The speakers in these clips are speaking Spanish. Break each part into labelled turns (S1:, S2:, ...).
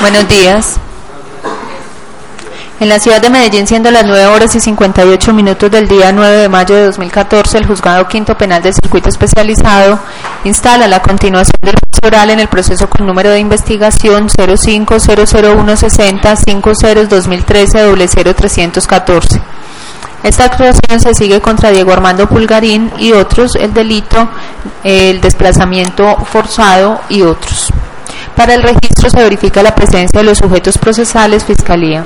S1: Buenos días. En la ciudad de Medellín, siendo las 9 horas y 58 minutos del día 9 de mayo de 2014, el juzgado quinto penal del circuito especializado instala la continuación del juicio oral en el proceso con número de investigación 0500160502013-00314. Esta actuación se sigue contra Diego Armando Pulgarín y otros, el delito, el desplazamiento forzado y otros. Para el registro se verifica la presencia de los sujetos procesales, Fiscalía.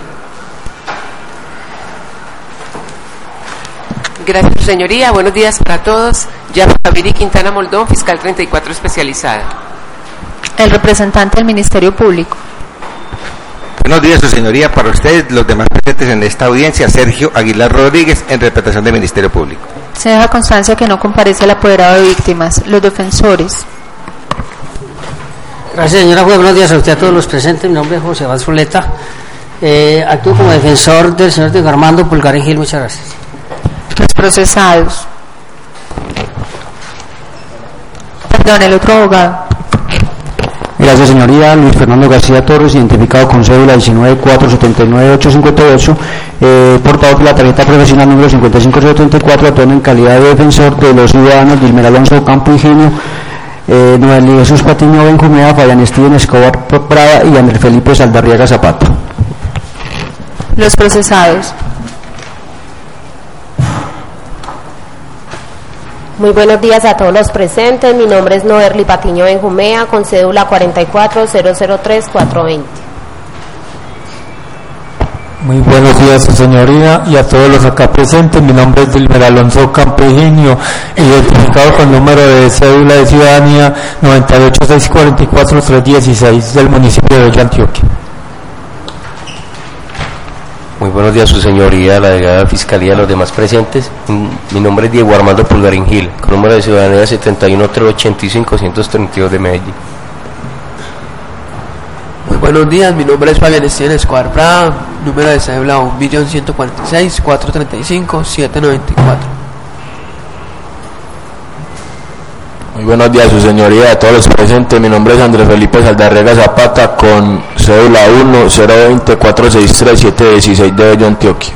S2: Gracias, señoría. Buenos días para todos. Ya Fabiri Quintana Moldón, fiscal 34 especializada.
S1: El representante del Ministerio Público.
S3: Buenos días, su señoría. Para usted, los demás presentes en esta audiencia, Sergio Aguilar Rodríguez, en representación del Ministerio Público.
S1: Se deja constancia que no comparece el apoderado de víctimas, los defensores.
S4: Gracias, señora juez. Buenos días a usted, a todos los presentes. Mi nombre es José Vaz Zuleta. Eh, actúo como defensor del señor Diego Armando Pulgarín Gil. Muchas gracias
S1: los Pues procesados. Perdón, el otro abogado.
S5: Gracias, señoría. Luis Fernando García Torres, identificado con cédula 19479858, eh, portador de la tarjeta profesional número 55034, actuando en calidad de defensor de los ciudadanos Dilmer Alonso Campo Ingenio, eh, Noel Jesús Patiño Benjumea, Fabián Steven Escobar Prada y Andrés Felipe Saldarriaga Zapata.
S1: Los procesados.
S6: Muy buenos días a todos los presentes. Mi nombre es Noerli Patiño Benjumea, con cédula 44003-420.
S7: Muy buenos días, su señoría, y a todos los acá presentes. Mi nombre es Dilmer Alonso Campeginio, identificado con número de cédula de ciudadanía 98644-316 del municipio de Bella Antioquia.
S8: Muy buenos días, su señoría, la delegada de la Fiscalía, los demás presentes. Mm, Mi nombre es Diego Armando Pulgarín Gil, con número de ciudadanía 71385-132 de Medellín.
S9: Muy buenos días, mi nombre es Fabián Esteban Escobar Prada, número de cédula 1.146.435-794.
S10: Muy buenos días, su señoría, a todos los presentes. Mi nombre es Andrés Felipe Saldarrega Zapata con cédula 1-020-463-716 de Bello, Antioquia.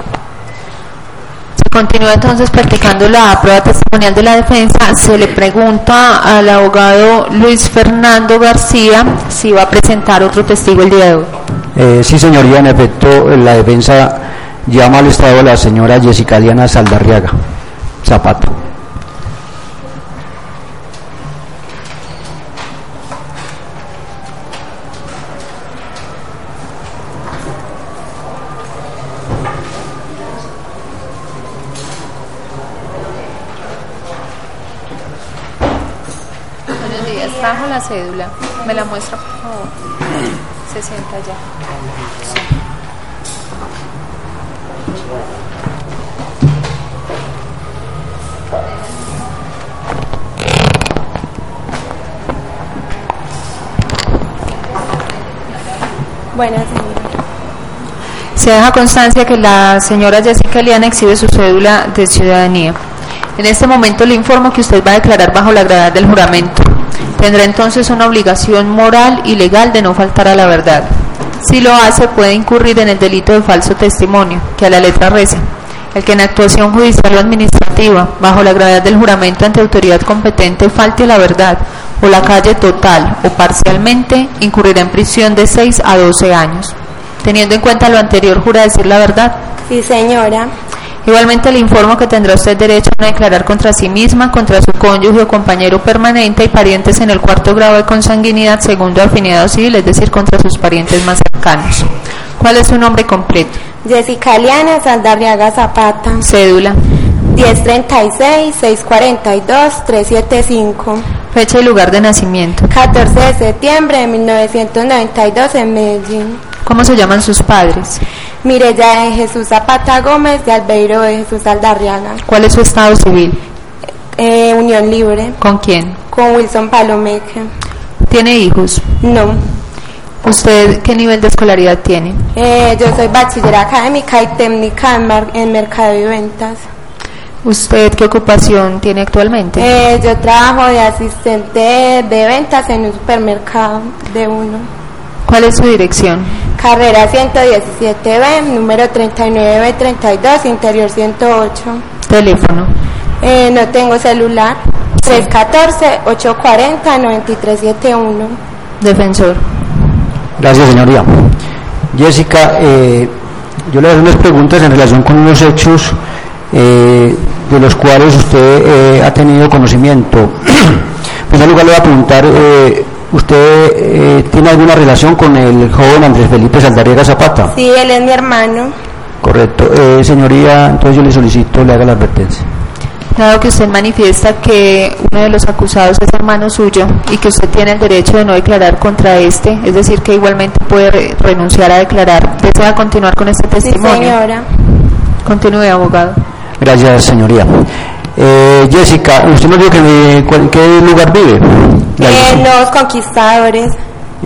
S1: Se continúa entonces practicando la prueba testimonial de la defensa. Se le pregunta al abogado Luis Fernando García si va a presentar otro testigo el día de hoy.
S5: Eh, sí, señoría, en efecto, la defensa llama al Estado a la señora Jessica Diana Saldarriaga Zapata.
S1: trajo la cédula. Me la muestra, por favor. Se sienta ya. Sí.
S11: Buenas, señora.
S1: Se deja constancia que la señora Jessica Liana exhibe su cédula de ciudadanía. En este momento le informo que usted va a declarar bajo la gravedad del juramento tendrá entonces una obligación moral y legal de no faltar a la verdad. Si lo hace, puede incurrir en el delito de falso testimonio, que a la letra reza. El que en actuación judicial o administrativa, bajo la gravedad del juramento ante autoridad competente, falte a la verdad o la calle total o parcialmente, incurrirá en prisión de 6 a 12 años. Teniendo en cuenta lo anterior, ¿jura decir la verdad?
S11: Sí, señora.
S1: Igualmente le informo que tendrá usted derecho a no declarar contra sí misma, contra su cónyuge o compañero permanente y parientes en el cuarto grado de consanguinidad segundo afinidad civil, es decir, contra sus parientes más cercanos. ¿Cuál es su nombre completo?
S11: Jessica Liana Saldarriaga Zapata.
S1: Cédula.
S11: 1036-642-375.
S1: Fecha y lugar de nacimiento.
S11: 14 de septiembre de 1992 en Medellín.
S1: ¿Cómo se llaman sus padres?
S11: Mireya de Jesús Zapata Gómez de Albeiro de Jesús Aldarriaga.
S1: ¿Cuál es su estado civil?
S11: Eh, Unión Libre.
S1: ¿Con quién?
S11: Con Wilson Palomeque.
S1: ¿Tiene hijos?
S11: No.
S1: ¿Usted qué nivel de escolaridad tiene?
S11: Eh, yo soy bachillera académica y técnica en, mar en mercado y ventas.
S1: ¿Usted qué ocupación tiene actualmente?
S11: Eh, yo trabajo de asistente de ventas en un supermercado de uno.
S1: ¿Cuál es su dirección?
S11: Carrera 117B, número 3932, interior 108.
S1: Teléfono.
S11: Eh, no tengo celular. 314-840-9371.
S1: Defensor.
S5: Gracias, señoría. Jessica, eh, yo le voy a hacer unas preguntas en relación con unos hechos eh, de los cuales usted eh, ha tenido conocimiento. en primer lugar, le voy a preguntar, eh, ¿usted eh, tiene alguna relación con el joven Andrés Felipe Saldariega Zapata?
S11: Sí, él es mi hermano.
S5: Correcto. Eh, señoría, entonces yo le solicito, le haga la advertencia.
S1: Dado que usted manifiesta que uno de los acusados es hermano suyo y que usted tiene el derecho de no declarar contra este, es decir, que igualmente puede re- renunciar a declarar, ¿desea continuar con este testimonio?
S11: señora.
S1: Continúe, abogado.
S5: Gracias, señoría. Eh, Jessica, usted nos dijo que en eh, cu- en qué lugar vive. La,
S11: Eh,
S5: dirección-
S11: los conquistadores.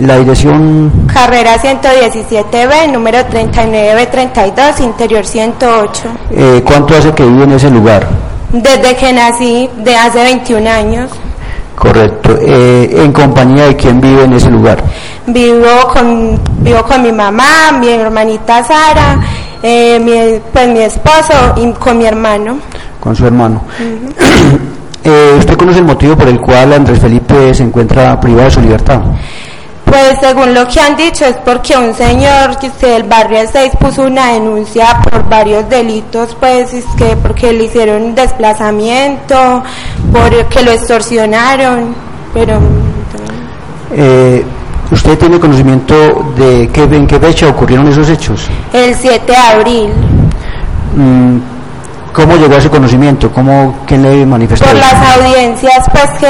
S5: la dirección
S11: Carrera 117B, número 3932, interior 108.
S5: Eh, ¿Cuánto hace que vive en ese lugar?
S11: Desde que nací, de hace 21 años,
S5: Correcto. Eh, ¿En compañía de quién vive en ese lugar?
S11: vivo con, vivo con mi mamá, mi hermanita Sara, eh, mi, pues mi esposo y con mi hermano.
S5: Con su hermano. Eh, ¿Usted conoce el motivo por el cual Andrés Felipe se encuentra privado de su libertad?
S11: Pues según lo que han dicho es porque un señor que es del barrio 6 puso una denuncia por varios delitos, pues es que porque le hicieron un desplazamiento, porque lo extorsionaron, pero
S5: Eh, ¿Usted tiene conocimiento de qué, en qué fecha ocurrieron esos hechos?
S11: el 7 de abril,
S5: Mm, ¿Cómo llegó a ese conocimiento? ¿Cómo, ¿Quién le manifestó?
S11: por
S5: eso?
S11: las audiencias pues que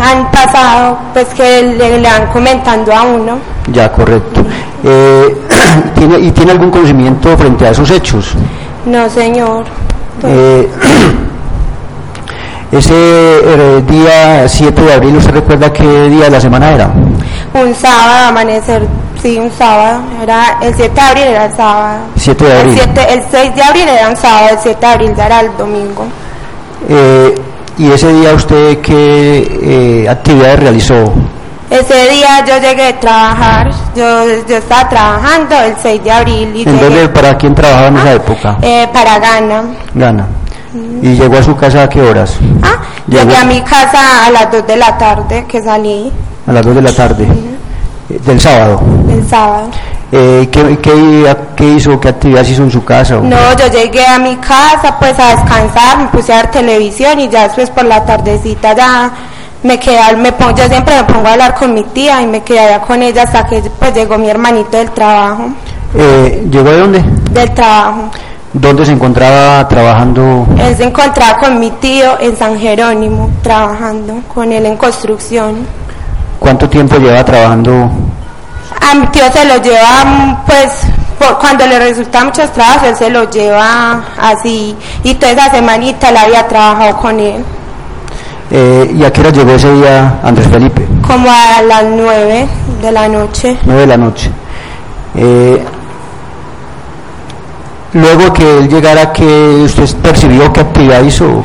S11: han pasado, pues que le, le han comentando a uno,
S5: Ya, correcto. Eh, ¿tiene, ¿Y tiene algún conocimiento frente a esos hechos?
S11: no señor,
S5: Eh, ese eh, día 7 de abril, ¿usted recuerda qué día de la semana era?
S11: un sábado amanecer, sí, un sábado, era el 7 de abril era el sábado.
S5: 7 de
S11: El,
S5: abril.
S11: 7 el 6 de abril era un sábado, el 7 de abril dará el domingo.
S5: Eh, ¿Y ese día usted qué eh, actividades realizó?
S11: Ese día yo llegué a trabajar, yo, yo estaba trabajando el 6 de abril y
S5: ¿En
S11: llegué
S5: dónde, para quién trabajaba en esa época?
S11: eh, para Ghana.
S5: Gana. ¿Y llegó a su casa a qué horas? Llegó
S11: ah, Llegué a mi casa a las 2 de la tarde que salí
S5: a las 2 de la tarde eh, del sábado.
S11: el sábado.
S5: Eh, ¿qué, qué, qué hizo? ¿Qué actividades hizo en su casa?
S11: No, yo llegué a mi casa pues a descansar, me puse a ver televisión y ya después por la tardecita ya me quedé, al- me pongo, yo siempre me pongo a hablar con mi tía y me quedé allá con ella hasta que pues llegó mi hermanito del trabajo,
S5: Eh, ¿Llegó de dónde?
S11: del trabajo.
S5: ¿Dónde se encontraba trabajando?
S11: Él se encontraba con mi tío en San Jerónimo, trabajando con él en construcción.
S5: ¿Cuánto tiempo lleva trabajando?
S11: A mi tío se lo lleva, mm, pues, por- cuando le resultan muchos trabajos, él se lo lleva así. Y toda esa semanita la había trabajado con él,
S5: Eh, ¿Y a qué hora llegó ese día Andrés Felipe?
S11: como a las nueve de la noche.
S5: 9 de la noche. Eh, luego que él llegara, que usted percibió qué actividad hizo?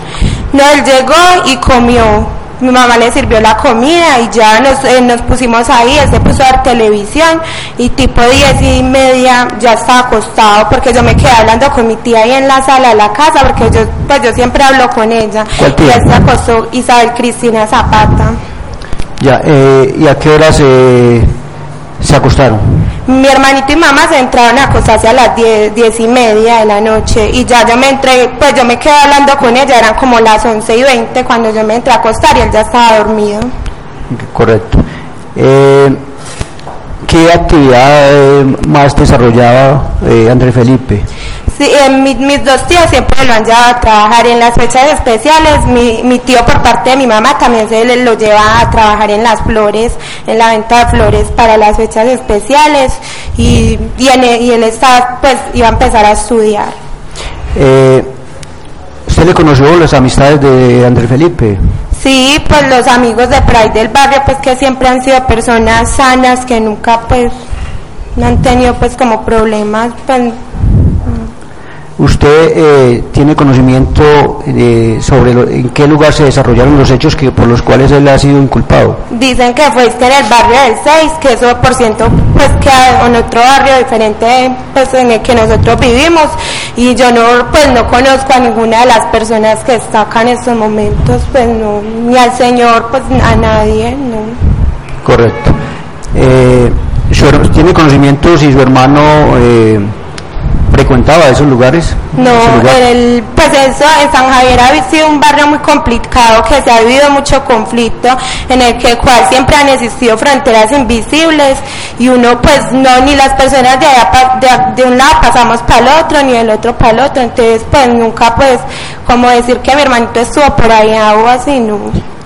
S11: No, él llegó y comió. Mi mamá le sirvió la comida y ya nos, eh, nos pusimos ahí, él se puso a ver televisión y tipo diez y media ya estaba acostado porque yo me quedé hablando con mi tía ahí en la sala de la casa porque yo, pues yo siempre hablo con ella.
S5: ¿Cuál tía?
S11: Y él se acostó Isabel Cristina Zapata.
S5: Ya, eh, ¿Y a qué hora se, se acostaron?
S11: Mi hermanito y mamá se entraron a acostarse a las diez, diez y media de la noche y ya yo me entré, pues yo me quedé hablando con ella, eran como las once y veinte cuando yo me entré a acostar y él ya estaba dormido.
S5: Correcto. Eh, ¿Qué actividad eh, más desarrollaba eh, Andrés Felipe?
S11: Sí, eh, mi- mis dos tíos siempre lo han llevado a trabajar en las fechas especiales. Mi, mi tío por parte de mi mamá también se le- lo lleva a trabajar en las flores, en la venta de flores para las fechas especiales y, y, en e- y él está, pues iba a empezar a estudiar.
S5: Eh, ¿Usted le conoció las amistades de Andrés Felipe?
S11: Sí, pues los amigos de Pride del barrio pues que siempre han sido personas sanas que nunca pues no han tenido pues como problemas pues
S5: ¿Usted eh, tiene conocimiento eh, sobre lo- en qué lugar se desarrollaron los hechos que por los cuales él ha sido inculpado?
S11: Dicen que fuiste en el barrio del 6, que eso por ciento, pues que a- en otro barrio diferente, pues en el que nosotros vivimos. Y yo no, pues no conozco a ninguna de las personas que está acá en estos momentos, pues no, ni al señor, pues a nadie, no.
S5: Correcto. Eh, su her- ¿Tiene conocimiento si su hermano eh, frecuentaba esos lugares? Ese
S11: No,
S5: lugar.
S11: el, pues eso en San Javier ha sido un barrio muy complicado, que se ha vivido mucho conflicto, en el que cual siempre han existido fronteras invisibles y uno pues no, ni las personas de, allá pa- de, de un lado pasamos para el otro, ni del otro para el otro, entonces pues nunca pues como decir que mi hermanito estuvo por allá o así, no.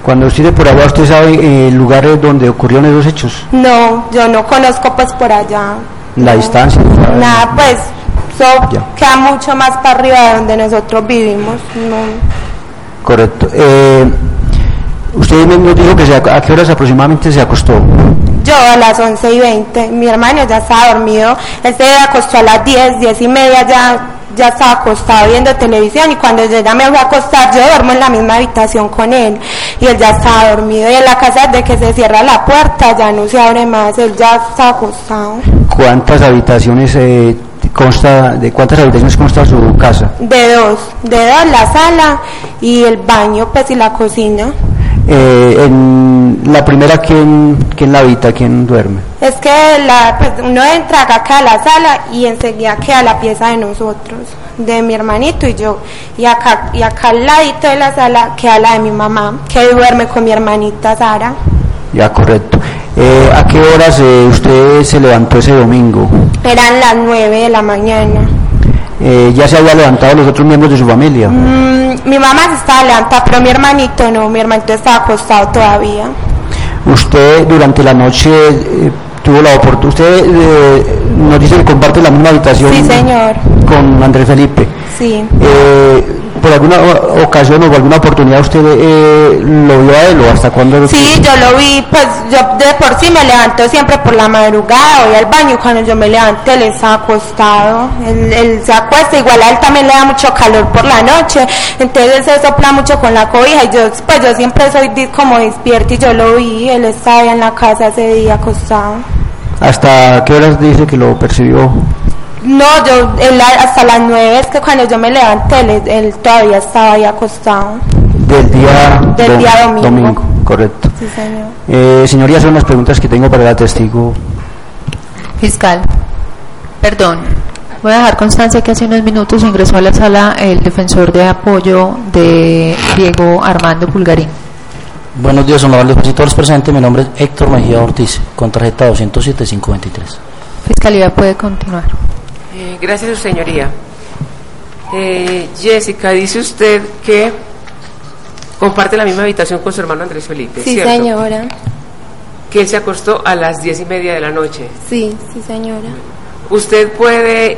S5: Cuando usted de por allá, ¿usted sabe eh, lugares donde ocurrieron esos hechos?
S11: No, yo no conozco pues por allá,
S5: La distancia.
S11: nada pues, eso queda mucho más para arriba de donde nosotros vivimos, no.
S5: Correcto. Eh, usted me- nos dijo que se ac- a qué horas aproximadamente se acostó.
S11: Yo a las 11 y 20, mi hermano ya estaba dormido, él se acostó a las 10, 10 y media, ya, ya estaba acostado viendo televisión y cuando yo ya me voy a acostar, yo duermo en la misma habitación con él y él ya estaba dormido y en la casa de que se cierra la puerta ya no se abre más, él ya está acostado.
S5: ¿Cuántas habitaciones eh, consta, de cuántas habitaciones consta su casa?
S11: De dos, de dos la sala y el baño pues y la cocina.
S5: Eh, en la primera, ¿quién, ¿quién la habita? ¿Quién duerme?
S11: Es que la, pues, uno entra acá a la sala y enseguida queda la pieza de nosotros, de mi hermanito y yo. Y acá, y acá al ladito de la sala queda la de mi mamá, que duerme con mi hermanita Sara.
S5: Ya, correcto. Eh, ¿A qué horas eh, usted se levantó ese domingo?
S11: Eran las nueve de la mañana.
S5: Eh, ¿Ya se había levantado los otros miembros de su familia?
S11: Mm, mi mamá se estaba levantada, pero mi hermanito no, mi hermanito estaba acostado todavía.
S5: Usted durante la noche eh, tuvo la oportunidad. Usted eh, nos dice que comparte la misma habitación
S11: Sí, señor,
S5: con Andrés Felipe.
S11: sí.
S5: Eh, ¿Por alguna o- ocasión o por alguna oportunidad usted eh, lo vio a él o hasta cuándo? lo-
S11: Sí, yo lo vi, pues yo de por sí me levanto siempre por la madrugada, voy al baño, y cuando yo me levanto él está acostado, él, él se acuesta, igual a él también le da mucho calor por la noche, entonces él se sopla mucho con la cobija y yo, pues yo siempre soy dis- como despierta y yo lo vi, él estaba ahí en la casa ese día acostado.
S5: ¿Hasta qué horas dice que lo percibió?
S11: No, yo él a- hasta las nueve es que cuando yo me levanté él, él todavía estaba ahí acostado.
S5: Del día,
S11: Del
S5: dom-
S11: día domingo.
S5: Correcto.
S11: Sí, señor.
S5: Eh, señoría, son las preguntas que tengo para la testigo.
S1: Fiscal, perdón, voy a dejar constancia que hace unos minutos ingresó a la sala el defensor de apoyo de Diego Armando Pulgarín.
S12: Buenos días, honorables opositores presentes. Mi nombre es Héctor Mejía Ortiz, con tarjeta 207-523.
S1: Fiscalía puede continuar.
S2: Eh, gracias, su señoría. Eh, Jessica, dice usted que comparte la misma habitación con su hermano Andrés Felipe,
S13: Sí,
S2: ¿cierto?
S13: señora.
S2: Que él se acostó a las diez y media de la noche.
S13: Sí, sí, señora.
S2: ¿Usted puede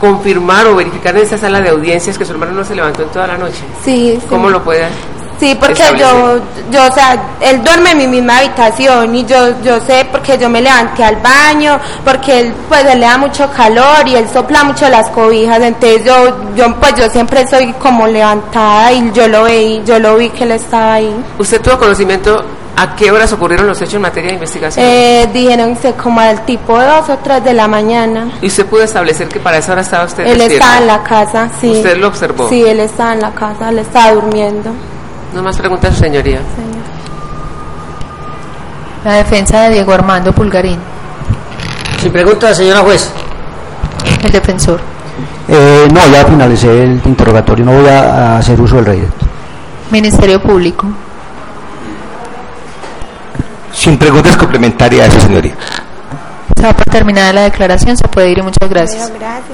S2: confirmar o verificar en esta sala de audiencias que su hermano no se levantó en toda la noche?
S13: Sí, sí.
S2: ¿Cómo lo puede?
S11: Sí, porque yo,
S2: Establecer.
S11: yo, o sea, él duerme en mi misma habitación y yo, yo sé porque yo me levanté al baño, porque él, pues, él le da mucho calor y él sopla mucho las cobijas, entonces yo, yo, pues, yo siempre soy como levantada y yo lo vi, yo lo vi que él estaba ahí.
S2: ¿Usted tuvo conocimiento a qué horas ocurrieron los hechos en materia de investigación?
S11: Eh, dijeron que como al tipo dos o tres de la mañana,
S2: ¿Y usted pudo establecer que para esa hora estaba usted
S11: él
S2: despierto?
S11: estaba en la casa, sí.
S2: ¿Usted lo observó?
S11: Sí, él estaba en la casa, él estaba durmiendo.
S2: No más preguntas, su señoría.
S1: La defensa de Diego Armando Pulgarín,
S4: Sin pregunta, señora juez.
S1: el defensor.
S5: Eh, no, ya finalicé el interrogatorio. No voy a, a hacer uso del rey.
S1: Ministerio Público.
S3: Sin preguntas complementarias a eso, señoría.
S1: Se va por terminada la declaración, se puede ir y muchas gracias.
S11: gracias.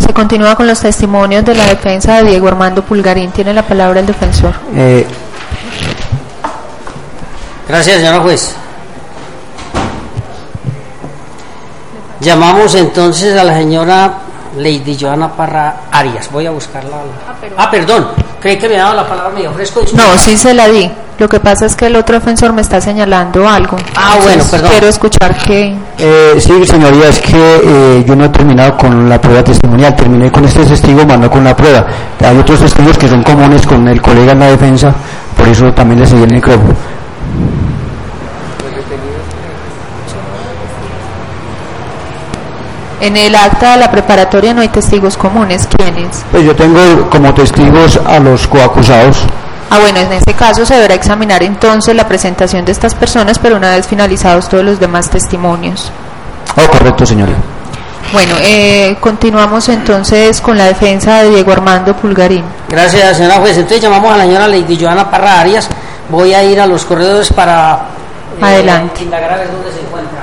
S1: Se continúa con los testimonios de la defensa de Diego Armando Pulgarín. Tiene la palabra el defensor.
S5: Eh,
S4: Gracias, señora juez. Llamamos entonces a la señora Lady Joana Parra Arias. Voy a buscarla. Ah, perdón. Creí que me daba la palabra, me ofrezco disculpas.
S1: No, sí se la di. Lo que pasa es que el otro ofensor me está señalando algo.
S4: Ah,
S1: Entonces,
S4: bueno, perdón.
S1: Quiero escuchar que...
S5: Eh, sí, señoría, es que eh, yo no he terminado con la prueba testimonial. Terminé con este testigo, más no con la prueba. Hay otros testigos que son comunes con el colega en la defensa, por eso también le seguí el micrófono.
S1: En el acta de la preparatoria no hay testigos comunes. ¿Quiénes?
S5: Pues yo tengo como testigos a los coacusados.
S1: Ah, bueno, en ese caso se deberá examinar entonces la presentación de estas personas, pero una vez finalizados todos los demás testimonios.
S5: Oh, correcto, señoría.
S1: Bueno, eh, continuamos entonces con la defensa de Diego Armando Pulgarín.
S4: Gracias, señora juez. Entonces llamamos a la señora Lady Joana Parra Arias. Voy a ir a los corredores para eh,
S1: Adelante.
S4: indagar a ver dónde se encuentra.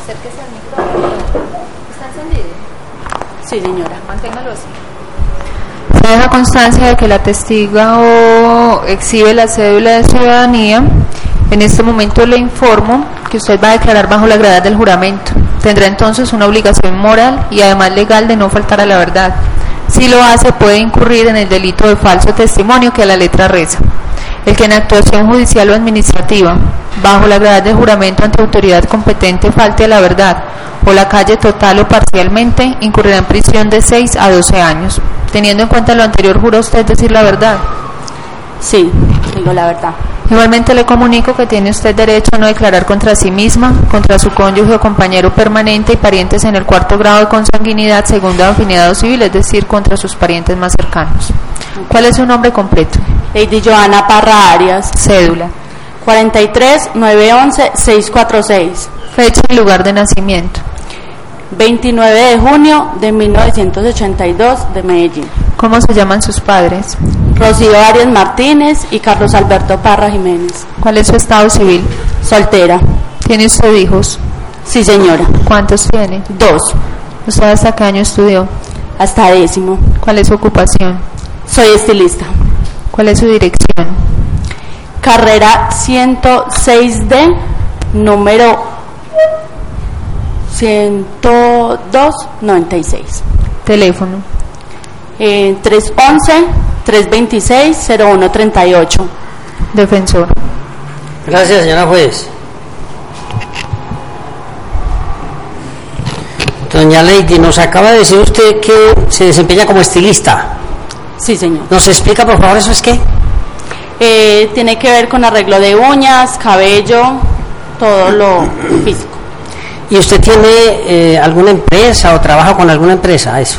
S1: Acérquese al micrófono. ¿Está encendido? Sí, señora. Manténgalo así. Se deja constancia de que la testigo exhibe la cédula de ciudadanía. En este momento le informo que usted va a declarar bajo la gravedad del juramento. Tendrá entonces una obligación moral y además legal de no faltar a la verdad. Si lo hace, puede incurrir en el delito de falso testimonio que a la letra reza. El que en actuación judicial o administrativa, bajo la gravedad del juramento ante autoridad competente, falte a la verdad o la calle total o parcialmente, incurrirá en prisión de 6 a 12 años. Teniendo en cuenta lo anterior, ¿jura usted decir la verdad? Sí, digo la verdad. Igualmente le comunico que tiene usted derecho a no declarar contra sí misma, contra su cónyuge o compañero permanente y parientes en el cuarto grado de consanguinidad, segunda afinidad o civil, es decir, contra sus parientes más cercanos. ¿Cuál es su nombre completo?
S13: Lady Joana Parra Arias.
S1: Cédula.
S13: 43 911 646.
S1: Fecha y lugar de nacimiento.
S13: 29 de junio de 1982 de Medellín.
S1: ¿Cómo se llaman sus padres?
S13: Rocío Arias Martínez y Carlos Alberto Parra Jiménez.
S1: ¿Cuál es su estado civil?
S13: Soltera.
S1: ¿Tiene usted hijos?
S13: Sí, señora.
S1: ¿Cuántos tiene?
S13: Dos.
S1: ¿Usted hasta qué año estudió?
S13: Hasta décimo.
S1: ¿Cuál es su ocupación?
S13: Soy estilista.
S1: ¿Cuál es su dirección?
S13: Carrera 106D, número 10296.
S1: Teléfono.
S13: Eh, 311-326-0138.
S1: Defensor.
S4: Gracias, señora juez. Doña Lady, nos acaba de decir usted que se desempeña como estilista.
S13: Sí, señor.
S4: ¿Nos explica, por favor, eso es qué?
S13: Eh, tiene que ver con arreglo de uñas, cabello, todo lo físico.
S4: ¿Y usted tiene eh, alguna empresa o trabaja con alguna empresa? Eso.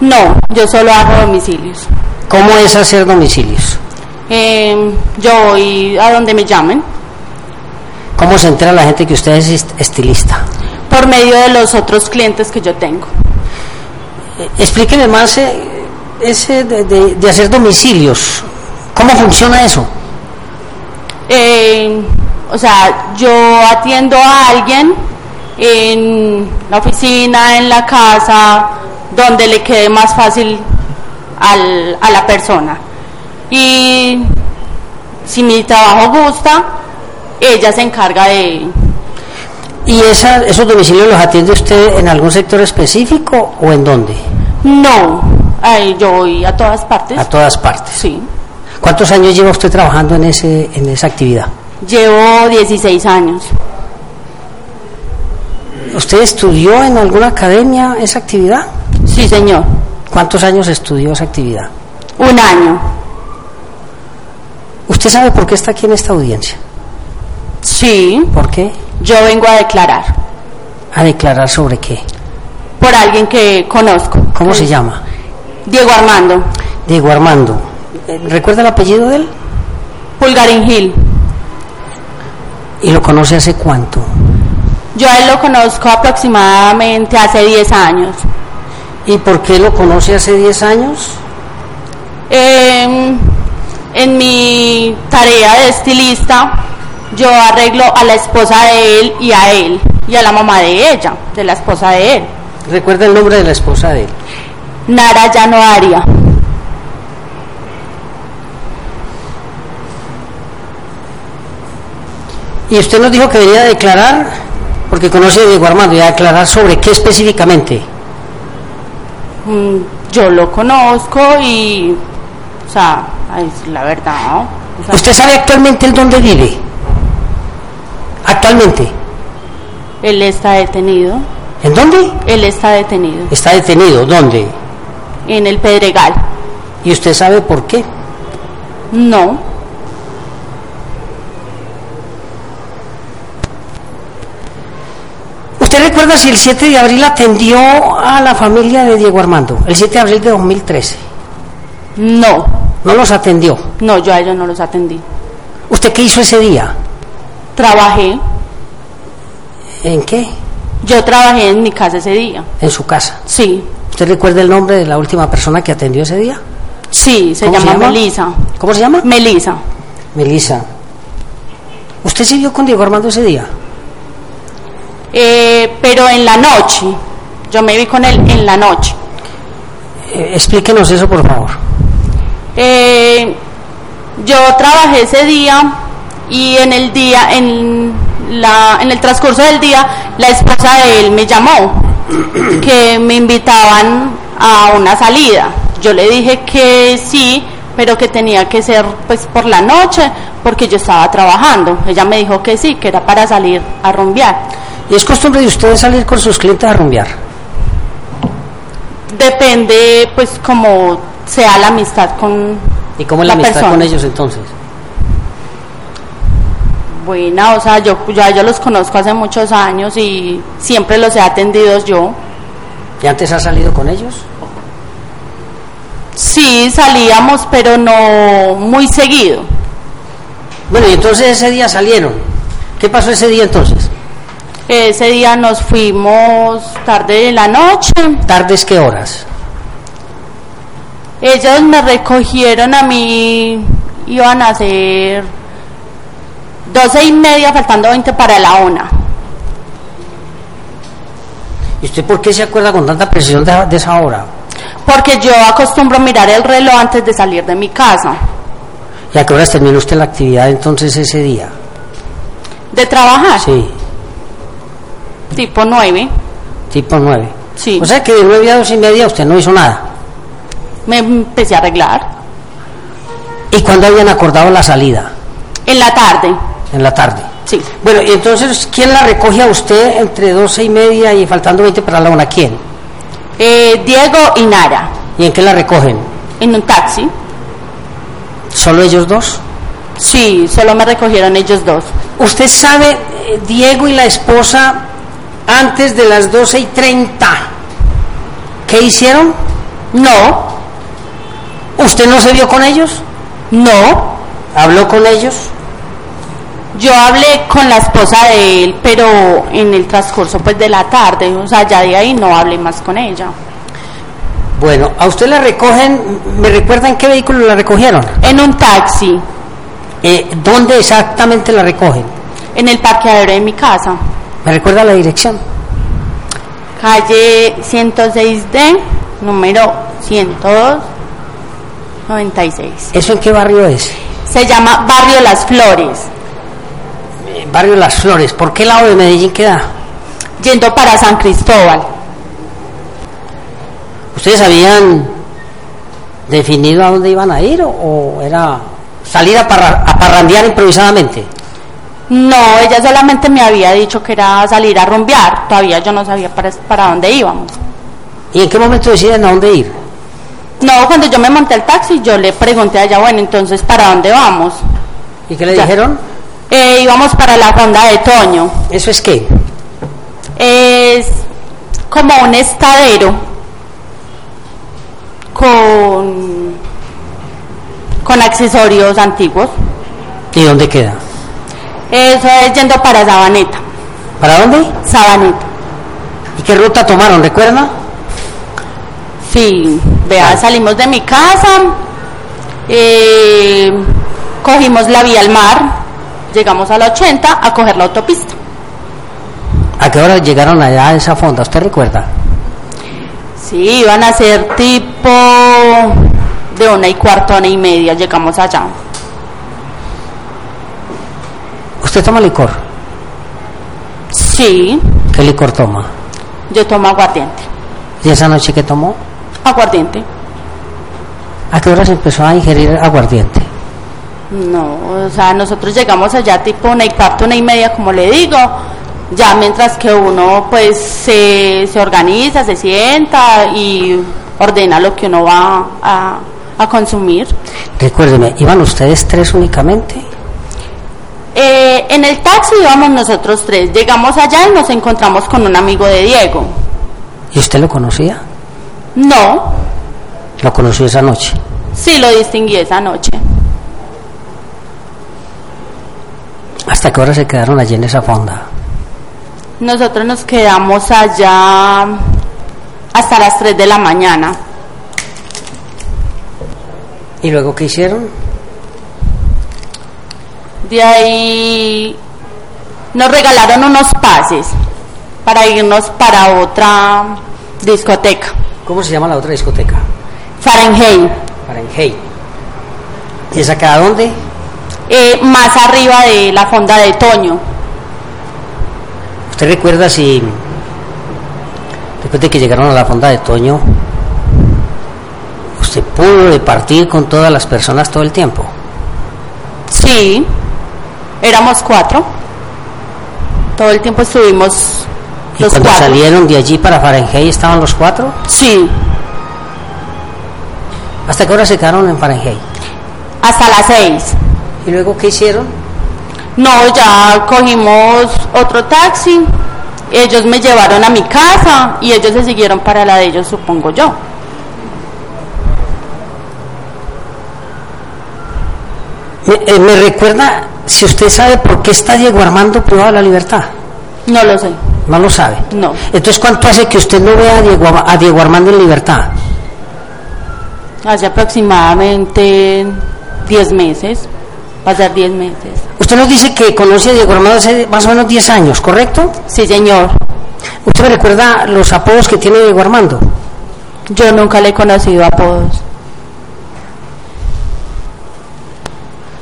S13: No, yo solo hago domicilios.
S4: ¿Cómo es hacer domicilios?
S13: Eh, yo voy a donde me llamen
S4: ¿Cómo se entera la gente que usted es est- estilista?
S13: por medio de los otros clientes que yo tengo.
S4: Eh, Explíqueme más eh, ese de, de- de hacer domicilios. ¿Cómo funciona eso?
S13: Eh, o sea, yo atiendo a alguien en la oficina, en la casa, donde le quede más fácil al- a la persona. Y si mi trabajo gusta, ella se encarga de...
S4: ¿Y esa- esos domicilios los atiende usted en algún sector específico o en dónde?
S13: No, ay, yo voy a todas partes.
S4: A todas partes.
S13: Sí.
S4: ¿Cuántos años lleva usted trabajando en, ese, en esa actividad?
S13: Llevo 16 años.
S4: ¿Usted estudió en alguna academia esa actividad?
S13: Sí, señor.
S4: ¿Cuántos años estudió esa actividad?
S13: Un año.
S4: ¿Usted sabe por qué está aquí en esta audiencia?
S13: Sí.
S4: ¿Por qué?
S13: Yo vengo a declarar
S4: ¿A declarar sobre qué?
S13: por alguien que conozco. Pues,
S4: ¿Cómo se llama?
S13: Diego Armando.
S4: Diego Armando. Eh, ¿Recuerda el apellido de él?
S13: Pulgarín Gil.
S4: ¿Y lo conoce hace cuánto?
S13: Yo a él lo conozco aproximadamente hace 10 años.
S4: ¿Y por qué lo conoce hace 10 años?
S13: Eh, en mi tarea de estilista, yo arreglo a la esposa de él y a él, y a la mamá de ella, de la esposa de él.
S4: ¿Recuerda el nombre de la esposa de él?
S13: Nara Llano Aria.
S4: Y usted nos dijo que venía a declarar, porque conoce a Diego Armando, y a declarar sobre qué específicamente.
S13: Mm, Yo lo conozco y, o sea, es la verdad. ¿no? O sea,
S4: ¿Usted sabe actualmente el dónde vive? Actualmente.
S13: Él está detenido.
S4: ¿En dónde?
S13: Él está detenido.
S4: Está detenido. ¿Dónde?
S13: En el Pedregal.
S4: ¿Y usted sabe por qué?
S13: No.
S4: ¿Usted recuerda si el 7 de abril atendió a la familia de Diego Armando? El 7 de abril de 2013.
S13: No.
S4: No los atendió.
S13: No, yo a ellos no los atendí.
S4: ¿Usted qué hizo ese día?
S13: Trabajé.
S4: ¿En qué?
S13: Yo trabajé en mi casa ese día.
S4: En su casa.
S13: Sí.
S4: ¿Usted recuerda el nombre de la última persona que atendió ese día?
S13: Sí, se
S4: ¿Cómo
S13: llama,
S4: se llama?
S13: Melisa.
S4: ¿Cómo se llama?
S13: Melisa.
S4: Melisa. ¿Usted se vio con Diego Armando ese día?
S13: Eh, pero en la noche. Yo me vi con él en la noche.
S4: Eh, explíquenos eso, por favor.
S13: Eh, yo trabajé ese día y en el día, en, la, en el transcurso del día, la esposa de él me llamó que me invitaban a una salida. Yo le dije que sí, pero que tenía que ser pues por la noche porque yo estaba trabajando. Ella me dijo que sí, que era para salir a rumbear.
S4: ¿Y es costumbre de ustedes salir con sus clientes a rumbear?
S13: Depende pues como sea la amistad con
S4: ¿Y cómo es la,
S13: La
S4: amistad
S13: persona.
S4: con ellos entonces?
S13: Buena, o sea, yo ya yo los conozco hace muchos años y siempre los he atendido yo.
S4: ¿Y antes ha salido con ellos?
S13: Sí, salíamos, pero no muy seguido.
S4: Bueno, y entonces ese día salieron. ¿Qué pasó ese día entonces?
S13: Ese día nos fuimos tarde de la noche.
S4: ¿Tardes qué horas?
S13: Ellos me recogieron a mí, iban a ser doce y media, faltando 20 para la una.
S4: ¿Y usted por qué se acuerda con tanta precisión de, de esa hora?
S13: Porque yo acostumbro mirar el reloj antes de salir de mi casa.
S4: ¿Y a qué horas terminó usted la actividad entonces ese día?
S13: De trabajar,
S4: Sí,
S13: tipo nueve.
S4: tipo 9.
S13: Sí.
S4: O sea que de 9 a 2 y media usted no hizo nada.
S13: Me empecé a arreglar.
S4: ¿Y cuándo habían acordado la salida?
S13: En la tarde,
S4: En la tarde.
S13: sí.
S4: Bueno, y entonces, ¿quién la recoge a usted entre 12 y media y faltando 20 para la una? ¿Quién?
S13: Eh, Diego y Nara,
S4: ¿Y en qué la recogen?
S13: en un taxi.
S4: ¿Solo ellos dos?
S13: Sí, solo me recogieron ellos dos.
S4: Usted sabe, eh, Diego y la esposa, antes de las 12 y 30, ¿qué hicieron?
S13: No,
S4: ¿Usted no se vio con ellos?
S13: no.
S4: ¿Habló con ellos?
S13: Yo hablé con la esposa de él, pero en el transcurso pues de la tarde, o sea, ya de ahí no hablé más con ella.
S4: Bueno, a usted la recogen, ¿me recuerdan qué vehículo la recogieron?
S13: En un taxi,
S4: Eh, ¿Dónde exactamente la recogen?
S13: en el parqueadero de mi casa,
S4: ¿Me recuerda la dirección?
S13: calle 106D, número 196.
S4: ¿Eso en qué barrio es?
S13: Se llama Barrio Las Flores,
S4: Eh, barrio Las Flores. ¿Por qué lado de Medellín queda?
S13: yendo para San Cristóbal.
S4: ¿Ustedes habían definido a dónde iban a ir o, o era salir a, parra- a parrandear improvisadamente?
S13: No, ella solamente me había dicho que era salir a rumbear. Todavía yo no sabía para, para dónde íbamos.
S4: ¿Y en qué momento deciden a dónde ir?
S13: No, cuando yo me monté al taxi, yo le pregunté allá, bueno, entonces, ¿para dónde vamos?
S4: ¿Y qué le dijeron?
S13: Eh, íbamos para la fonda de Toño.
S4: ¿Eso es qué?
S13: Es como un estadero con, con accesorios antiguos.
S4: ¿Y dónde queda?
S13: Eso es yendo para Sabaneta.
S4: ¿Para dónde?
S13: Sabaneta.
S4: ¿Y qué ruta tomaron? ¿Recuerda?
S13: Sí, vea, salimos de mi casa, eh, cogimos la vía al mar, llegamos a la 80 a coger la autopista.
S4: ¿A qué hora llegaron allá a esa fonda? ¿Usted recuerda?
S13: Sí, iban a ser tipo de una y cuarto, una y media, llegamos allá.
S4: ¿Usted toma licor?
S13: Sí,
S4: ¿Qué licor toma?
S13: yo tomo aguardiente.
S4: ¿Y esa noche qué tomó?
S13: Aguardiente.
S4: ¿A qué hora se empezó a ingerir aguardiente?
S13: No, o sea, nosotros llegamos allá tipo una y cuarto, una y media, como le digo. Ya mientras que uno pues se, se organiza, se sienta y ordena lo que uno va a, a consumir.
S4: Recuérdeme, ¿iban ustedes tres únicamente?
S13: Eh, en el taxi íbamos nosotros tres. Llegamos allá y nos encontramos con un amigo de Diego.
S4: ¿Y usted lo conocía?
S13: No,
S4: Lo conoció esa noche.
S13: sí lo distinguí esa noche.
S4: ¿Hasta qué hora se quedaron allí en esa fonda?
S13: Nosotros nos quedamos allá hasta las 3 de la mañana.
S4: ¿Y luego qué hicieron?
S13: De ahí nos regalaron unos pases para irnos para otra discoteca,
S4: ¿Cómo se llama la otra discoteca?
S13: Fahrenheit,
S4: Fahrenheit. ¿Y esa queda dónde?
S13: eh, más arriba de la fonda de Toño.
S4: ¿Usted recuerda si después de que llegaron a la fonda de Toño, usted pudo departir con todas las personas todo el tiempo?
S13: Sí, éramos cuatro. Todo el tiempo estuvimos
S4: ¿Y
S13: los
S4: cuando
S13: cuatro.
S4: salieron de allí para Fahrenheit estaban los cuatro?
S13: Sí,
S4: ¿Hasta qué hora se quedaron en Fahrenheit?
S13: hasta las seis.
S4: ¿Y luego qué hicieron?
S13: No, ya cogimos otro taxi. Ellos me llevaron a mi casa y ellos se siguieron para la de ellos, supongo yo.
S4: Me, eh, me recuerda si usted sabe por qué está Diego Armando privado de la libertad.
S13: No lo sé.
S4: No lo sabe.
S13: No.
S4: Entonces, ¿cuánto hace que usted no vea a Diego, a Diego Armando en libertad?
S13: Hace aproximadamente 10 meses. Pasar 10 meses.
S4: Usted nos dice que conoce a Diego Armando hace más o menos 10 años, ¿correcto?
S13: Sí, señor.
S4: ¿Usted me recuerda los apodos que tiene Diego Armando?
S13: Yo nunca le he conocido apodos.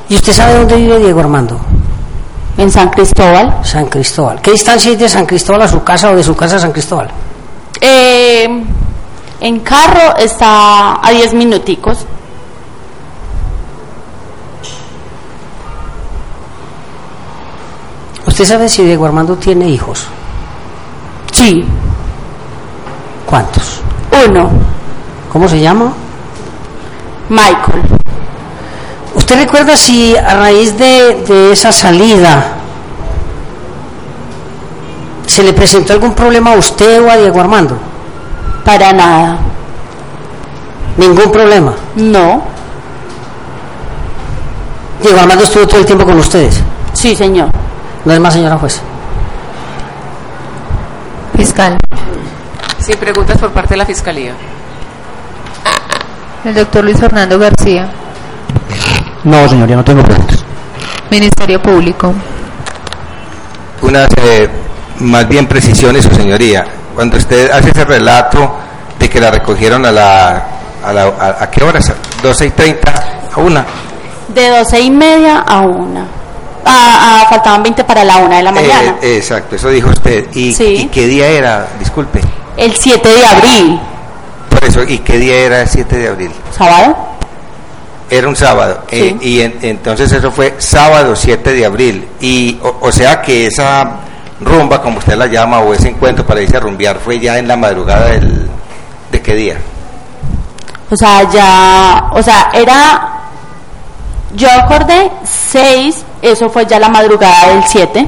S4: ¿Y usted sabe dónde vive Diego Armando?
S13: En San Cristóbal.
S4: San Cristóbal. ¿Qué distancia es de San Cristóbal a su casa o de su casa a San Cristóbal?
S13: Eh, en carro está a 10 minuticos.
S4: ¿Usted sabe si Diego Armando tiene hijos?
S13: Sí.
S4: ¿Cuántos?
S13: Uno,
S4: ¿Cómo se llama?
S13: Michael.
S4: ¿Usted recuerda si a raíz de, de esa salida se le presentó algún problema a usted o a Diego Armando?
S13: Para nada.
S4: Ningún problema.
S13: No.
S4: Diego Armando estuvo todo el tiempo con ustedes.
S13: Sí, señor.
S4: No es más, señora juez.
S1: Fiscal.
S2: Sin preguntas por parte de la Fiscalía.
S1: El doctor Luis Fernando García,
S5: No, señoría, no tengo preguntas.
S1: Ministerio Público.
S3: unas eh, más bien precisiones, su señoría. Cuando usted hace ese relato de que la recogieron a la... ¿A, la, a, a qué horas? ¿12 y 30? ¿A una?
S13: De 12 y media a una. Ah, ah, faltaban 20 para la una de la mañana.
S3: Eh, exacto, eso dijo usted. ¿Y,
S13: Sí.
S3: y qué día era? Disculpe.
S13: El 7 de abril.
S3: Por eso, ¿y qué día era el 7 de abril?
S13: ¿Sábado?
S3: Era un sábado. eh, y en- entonces eso fue sábado 7 de abril. Y o, o sea que esa rumba, como usted la llama, o ese encuentro para irse a rumbear, fue ya en la madrugada del, de qué día.
S13: O sea, ya, o sea, era, yo acordé 6, eso fue ya la madrugada del 7.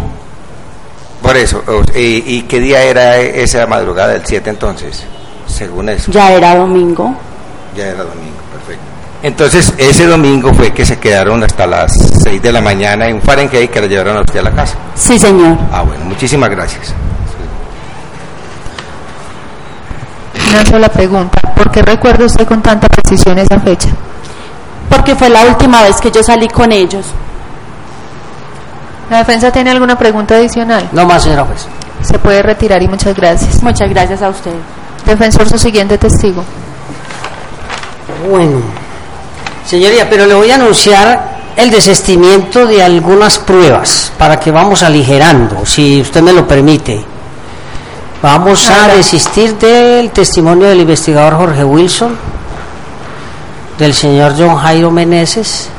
S3: Por eso, o- ¿y, y qué día era esa madrugada del 7 entonces? Según eso,
S13: Ya era domingo.
S3: ya era domingo, perfecto. Entonces, ese domingo fue que se quedaron hasta las 6 de la mañana en Fahrenheit que la llevaron a usted a la casa.
S13: Sí, señor.
S3: Ah, bueno, muchísimas gracias.
S1: Una sola pregunta. ¿Por qué recuerda usted con tanta precisión esa fecha?
S13: Porque fue la última vez que yo salí con ellos.
S1: ¿La defensa tiene alguna pregunta adicional?
S4: No más, Ah, señora juez.
S1: Se puede retirar y muchas gracias.
S13: Muchas gracias a usted.
S1: Defensor, su siguiente testigo.
S4: Bueno, señoría, pero le voy a anunciar el desestimiento de algunas pruebas para que vamos aligerando, si usted me lo permite. Vamos a desistir del testimonio del investigador Jorge Wilson, del señor John Jairo Meneses,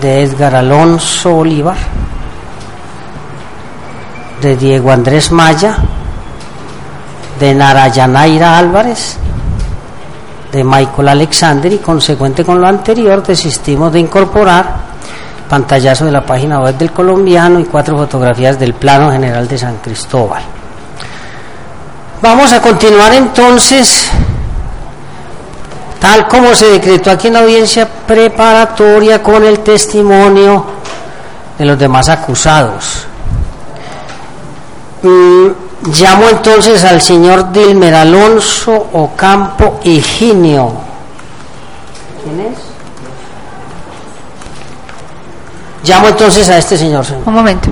S4: de Edgar Alonso Bolívar, de Diego Andrés Maya, de Narayanaira Álvarez, de Michael Alexander y consecuente con lo anterior desistimos de incorporar pantallazo de la página web del colombiano y cuatro fotografías del plano general de San Cristóbal. Vamos a continuar entonces, tal como se decretó aquí en la audiencia preparatoria con el testimonio de los demás acusados. Mm, llamo entonces al señor Dilmer Alonso Ocampo Higinio. ¿Quién es? Llamo entonces a este señor. señor.
S1: Un momento.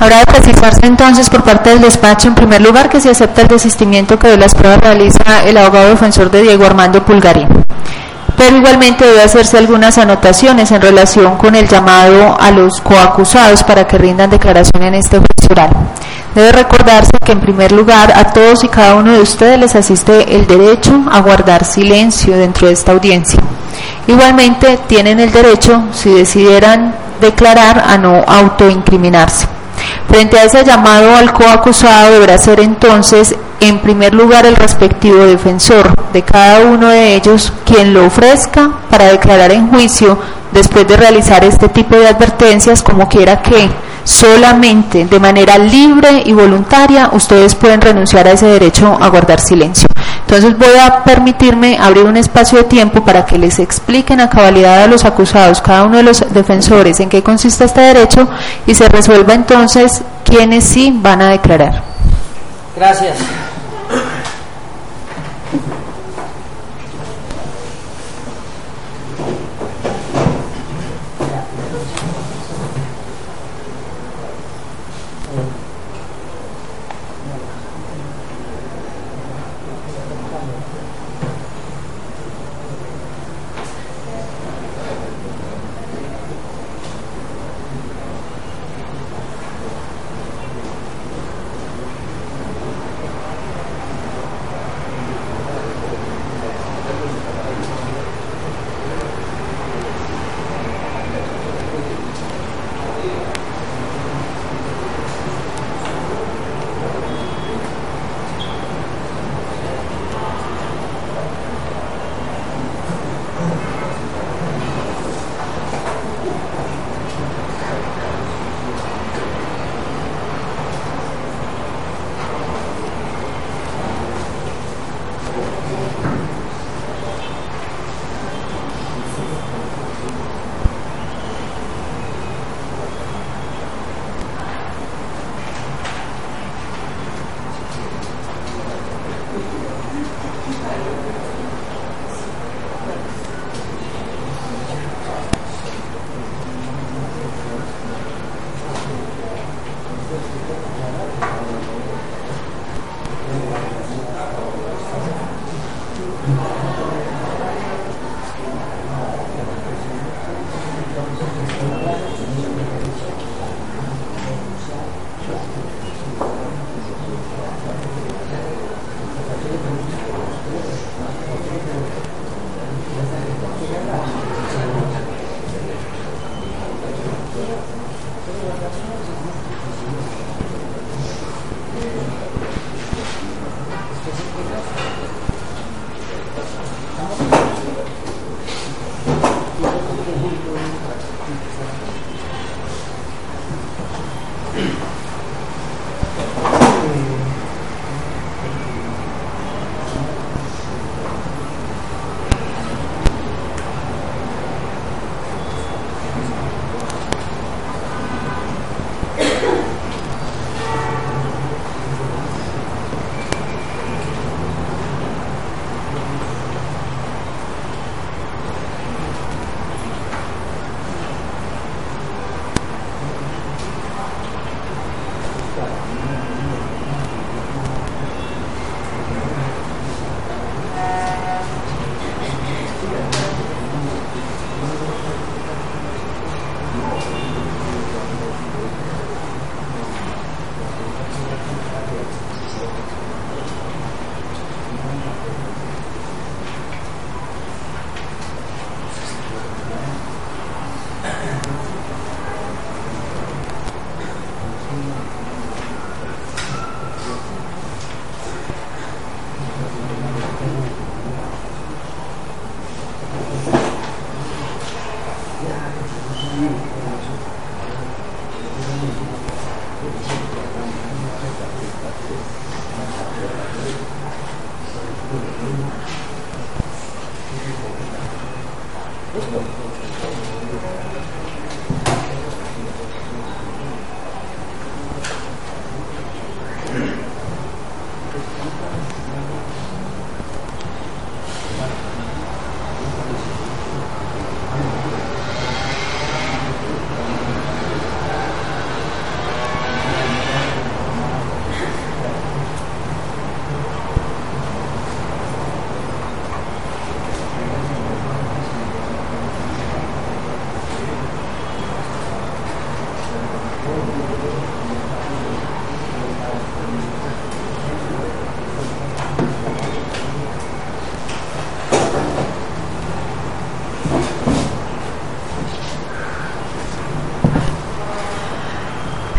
S1: Habrá de precisarse entonces por parte del despacho, en primer lugar, que se acepta el desistimiento que de las pruebas realiza el abogado defensor de Diego Armando Pulgarín. Pero igualmente debe hacerse algunas anotaciones en relación con el llamado a los coacusados para que rindan declaración en este juicio oral. Debe recordarse que en primer lugar a todos y cada uno de ustedes les asiste el derecho a guardar silencio dentro de esta audiencia. Igualmente tienen el derecho, si decidieran declarar, a no autoincriminarse. Frente a ese llamado al coacusado deberá ser entonces en primer lugar el respectivo defensor de cada uno de ellos quien lo ofrezca para declarar en juicio después de realizar este tipo de advertencias como quiera que solamente de manera libre y voluntaria ustedes pueden renunciar a ese derecho a guardar silencio. Entonces voy a permitirme abrir un espacio de tiempo para que les expliquen a cabalidad a los acusados, cada uno de los defensores, en qué consiste este derecho y se resuelva entonces quiénes sí van a declarar.
S4: Gracias.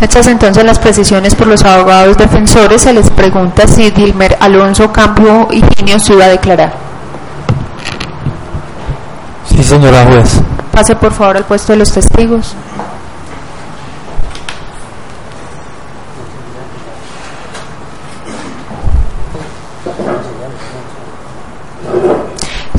S1: Hechas entonces las precisiones por los abogados defensores, se les pregunta si Dilmer Alonso Campo Higinio se iba a declarar.
S7: Sí, señora juez.
S1: Pase por favor al puesto de los testigos.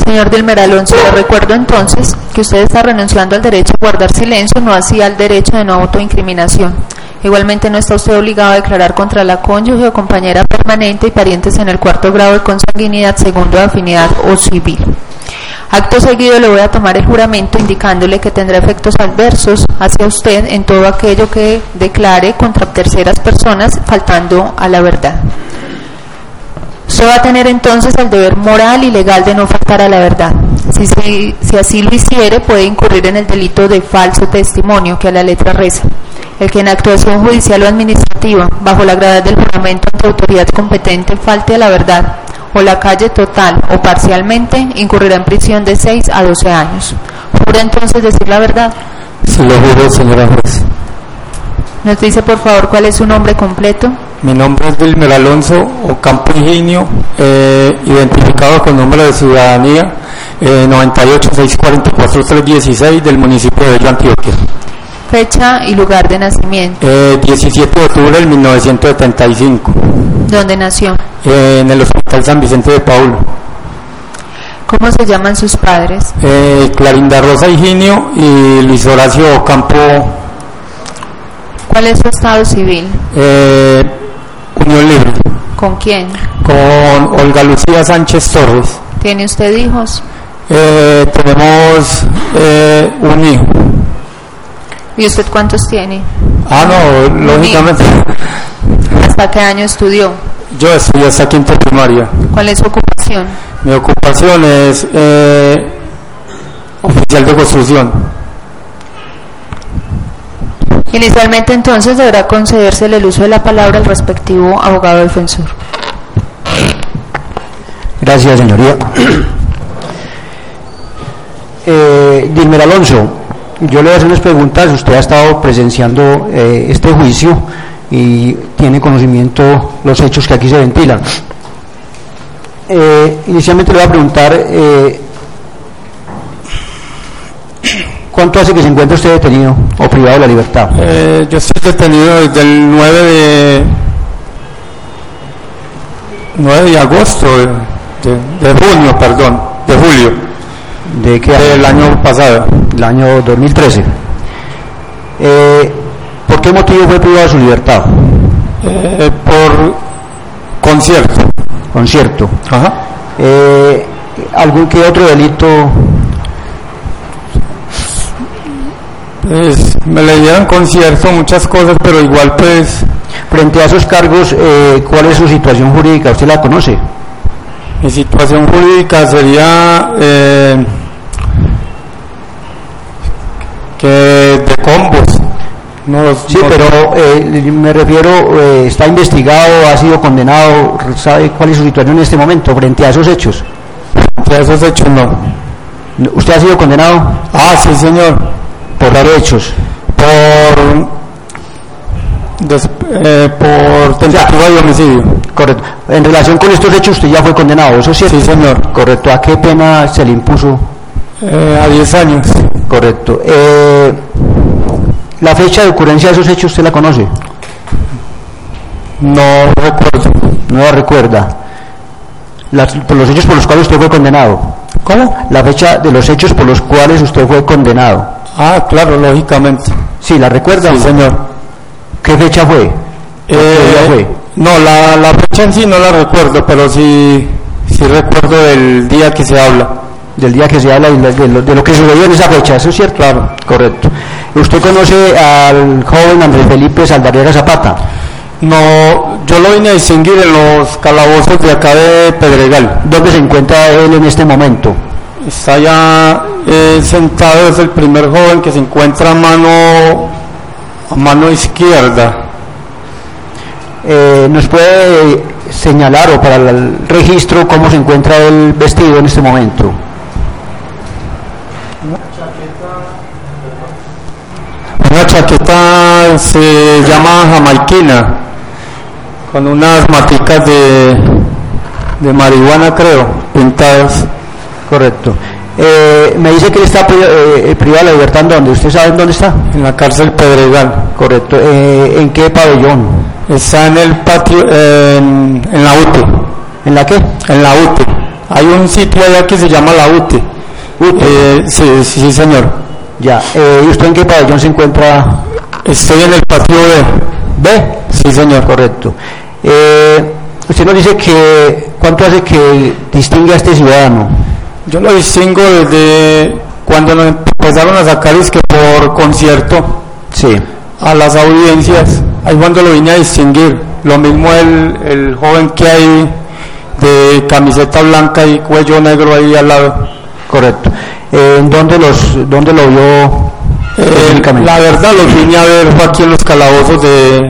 S1: Señor Dilmer Alonso, le recuerdo entonces que usted está renunciando al derecho a guardar silencio, no así al derecho de no autoincriminación. Igualmente no está usted obligado a declarar contra la cónyuge o compañera permanente y parientes en el cuarto grado de consanguinidad, segundo de afinidad o civil. Acto seguido le voy a tomar el juramento indicándole que tendrá efectos adversos hacia usted en todo aquello que declare contra terceras personas faltando a la verdad. Usted va a tener entonces el deber moral y legal de no faltar a la verdad. Si, si, si, así lo hiciere, puede incurrir en el delito de falso testimonio, que a la letra reza. El que en actuación judicial o administrativa, bajo la gravedad del juramento ante autoridad competente, falte a la verdad o la calle total o parcialmente, incurrirá en prisión de 6 a 12 años. ¿Jura entonces decir la verdad?
S7: Se lo juro, señora juez.
S1: ¿Nos dice por favor cuál es su nombre completo?
S7: Mi nombre es Wilmer Alonso Ocampo Ingenio, eh, identificado con número de ciudadanía eh, 98644-316 del municipio de Bello, Antioquia.
S1: Fecha y lugar de nacimiento.
S7: Eh, 17 de octubre del 1975.
S1: ¿Dónde nació?
S7: en el Hospital San Vicente de Paulo.
S1: ¿Cómo se llaman sus padres?
S7: Eh, Clarinda Rosa Higinio y Luis Horacio Ocampo.
S1: ¿Cuál es su estado civil?
S7: eh, Unión Libre.
S1: ¿Con quién?
S7: Con Olga Lucía Sánchez Torres.
S1: ¿Tiene usted hijos?
S7: Eh, tenemos eh, un hijo.
S1: ¿Y usted cuántos tiene?
S7: Ah, no, lógicamente.
S1: ¿Hasta qué año estudió?
S7: Yo estudié hasta quinto primaria.
S1: ¿Cuál es su ocupación?
S7: Mi ocupación es eh, oficial de construcción.
S1: Inicialmente entonces deberá concedérsele el uso de la palabra al respectivo abogado defensor.
S5: Gracias, señoría. Eh, Dilmer Alonso, yo le voy a hacer unas preguntas. Usted ha estado presenciando eh, este juicio y tiene conocimiento los hechos que aquí se ventilan. Eh, inicialmente le voy a preguntar eh, ¿Cuánto hace que se encuentra usted detenido o privado de la libertad?
S7: Eh, yo estoy detenido desde el 9 de, 9 de agosto, de, de, de junio, perdón, de julio.
S5: ¿De qué año?
S7: Del año pasado.
S5: Del año 2013. Eh, ¿Por qué motivo fue privado de su libertad?
S7: Eh, por concierto.
S5: Concierto. Eh,
S7: Ajá.
S5: ¿Algún que otro delito
S7: Es, Pues, me le dieron concierto, muchas cosas, pero igual pues...
S5: Frente a esos cargos, eh, ¿cuál es su situación jurídica? ¿Usted la conoce?
S7: Mi situación jurídica sería eh, que de combos.
S5: No, sí, no, pero eh, me refiero, eh, está investigado, ha sido condenado, ¿sabe cuál es su situación en este momento frente a esos hechos?
S7: Frente a esos hechos no.
S5: ¿Usted ha sido condenado?
S7: Ah, sí, señor
S5: por derechos,
S7: por, des, eh, por tentativa o sea, de homicidio.
S5: Correcto. En relación con estos hechos, usted ya fue condenado, ¿eso es cierto?
S7: Sí, señor.
S5: Correcto. ¿A qué pena se le impuso?
S7: Eh, a 10 años.
S5: Correcto. Eh, ¿La fecha de ocurrencia de esos hechos usted la conoce? No recuerdo. No la recuerda. Las- por los hechos por los cuales usted fue condenado. ¿Cómo? La fecha de los hechos por los cuales usted fue condenado.
S7: Ah, claro, lógicamente.
S5: Sí, ¿la recuerda?
S7: Sí, señor.
S5: ¿Qué fecha fue?
S7: Eh, No, la, la fecha en sí no la recuerdo, pero sí, sí recuerdo el día que se habla.
S5: Del día que se habla y la- de lo, de lo que sucedió en esa fecha, ¿eso es cierto? Claro, correcto. ¿Usted conoce al joven Andrés Felipe Saldarriaga Zapata? Oh,
S7: No, yo lo vine a distinguir en los calabozos de acá de Pedregal.
S5: ¿Dónde se encuentra él en este momento?
S7: Está ya eh, sentado, es el primer joven que se encuentra a mano, a mano izquierda.
S5: Eh, ¿Nos puede señalar o para el registro cómo se encuentra el vestido en este momento?
S7: Una chaqueta se llama jamaiquina, con unas maticas de, de marihuana, creo, pintadas.
S5: Correcto. Eh, me dice que él está pri- eh, privado de la libertad, ¿en dónde? ¿Usted sabe en dónde está?
S7: En la cárcel Pedregal.
S5: Correcto. Eh, ¿En qué pabellón?
S7: Está en el patio, en, en la UTE.
S5: ¿En la qué?
S7: En la UTE. Hay un sitio allá que se llama la UTE. Eh, sí, sí, sí, señor.
S5: E. Ya. Eh, ¿Y usted en qué pabellón se encuentra?
S7: Estoy en el patio
S5: B. ¿B?
S7: Sí, señor.
S5: Correcto. Eh, usted nos dice que, ¿cuánto hace que distingue a este ciudadano?
S7: Yo lo distingo desde cuando nos empezaron a sacar es que por concierto
S5: sí.
S7: a las audiencias. Ahí cuando lo vine a distinguir. Lo mismo el, el joven que hay de camiseta blanca y cuello negro ahí al lado.
S5: Correcto. Eh, ¿En dónde, los, dónde lo vio específicamente?
S7: Eh, la verdad los vine a ver fue aquí en los calabozos de,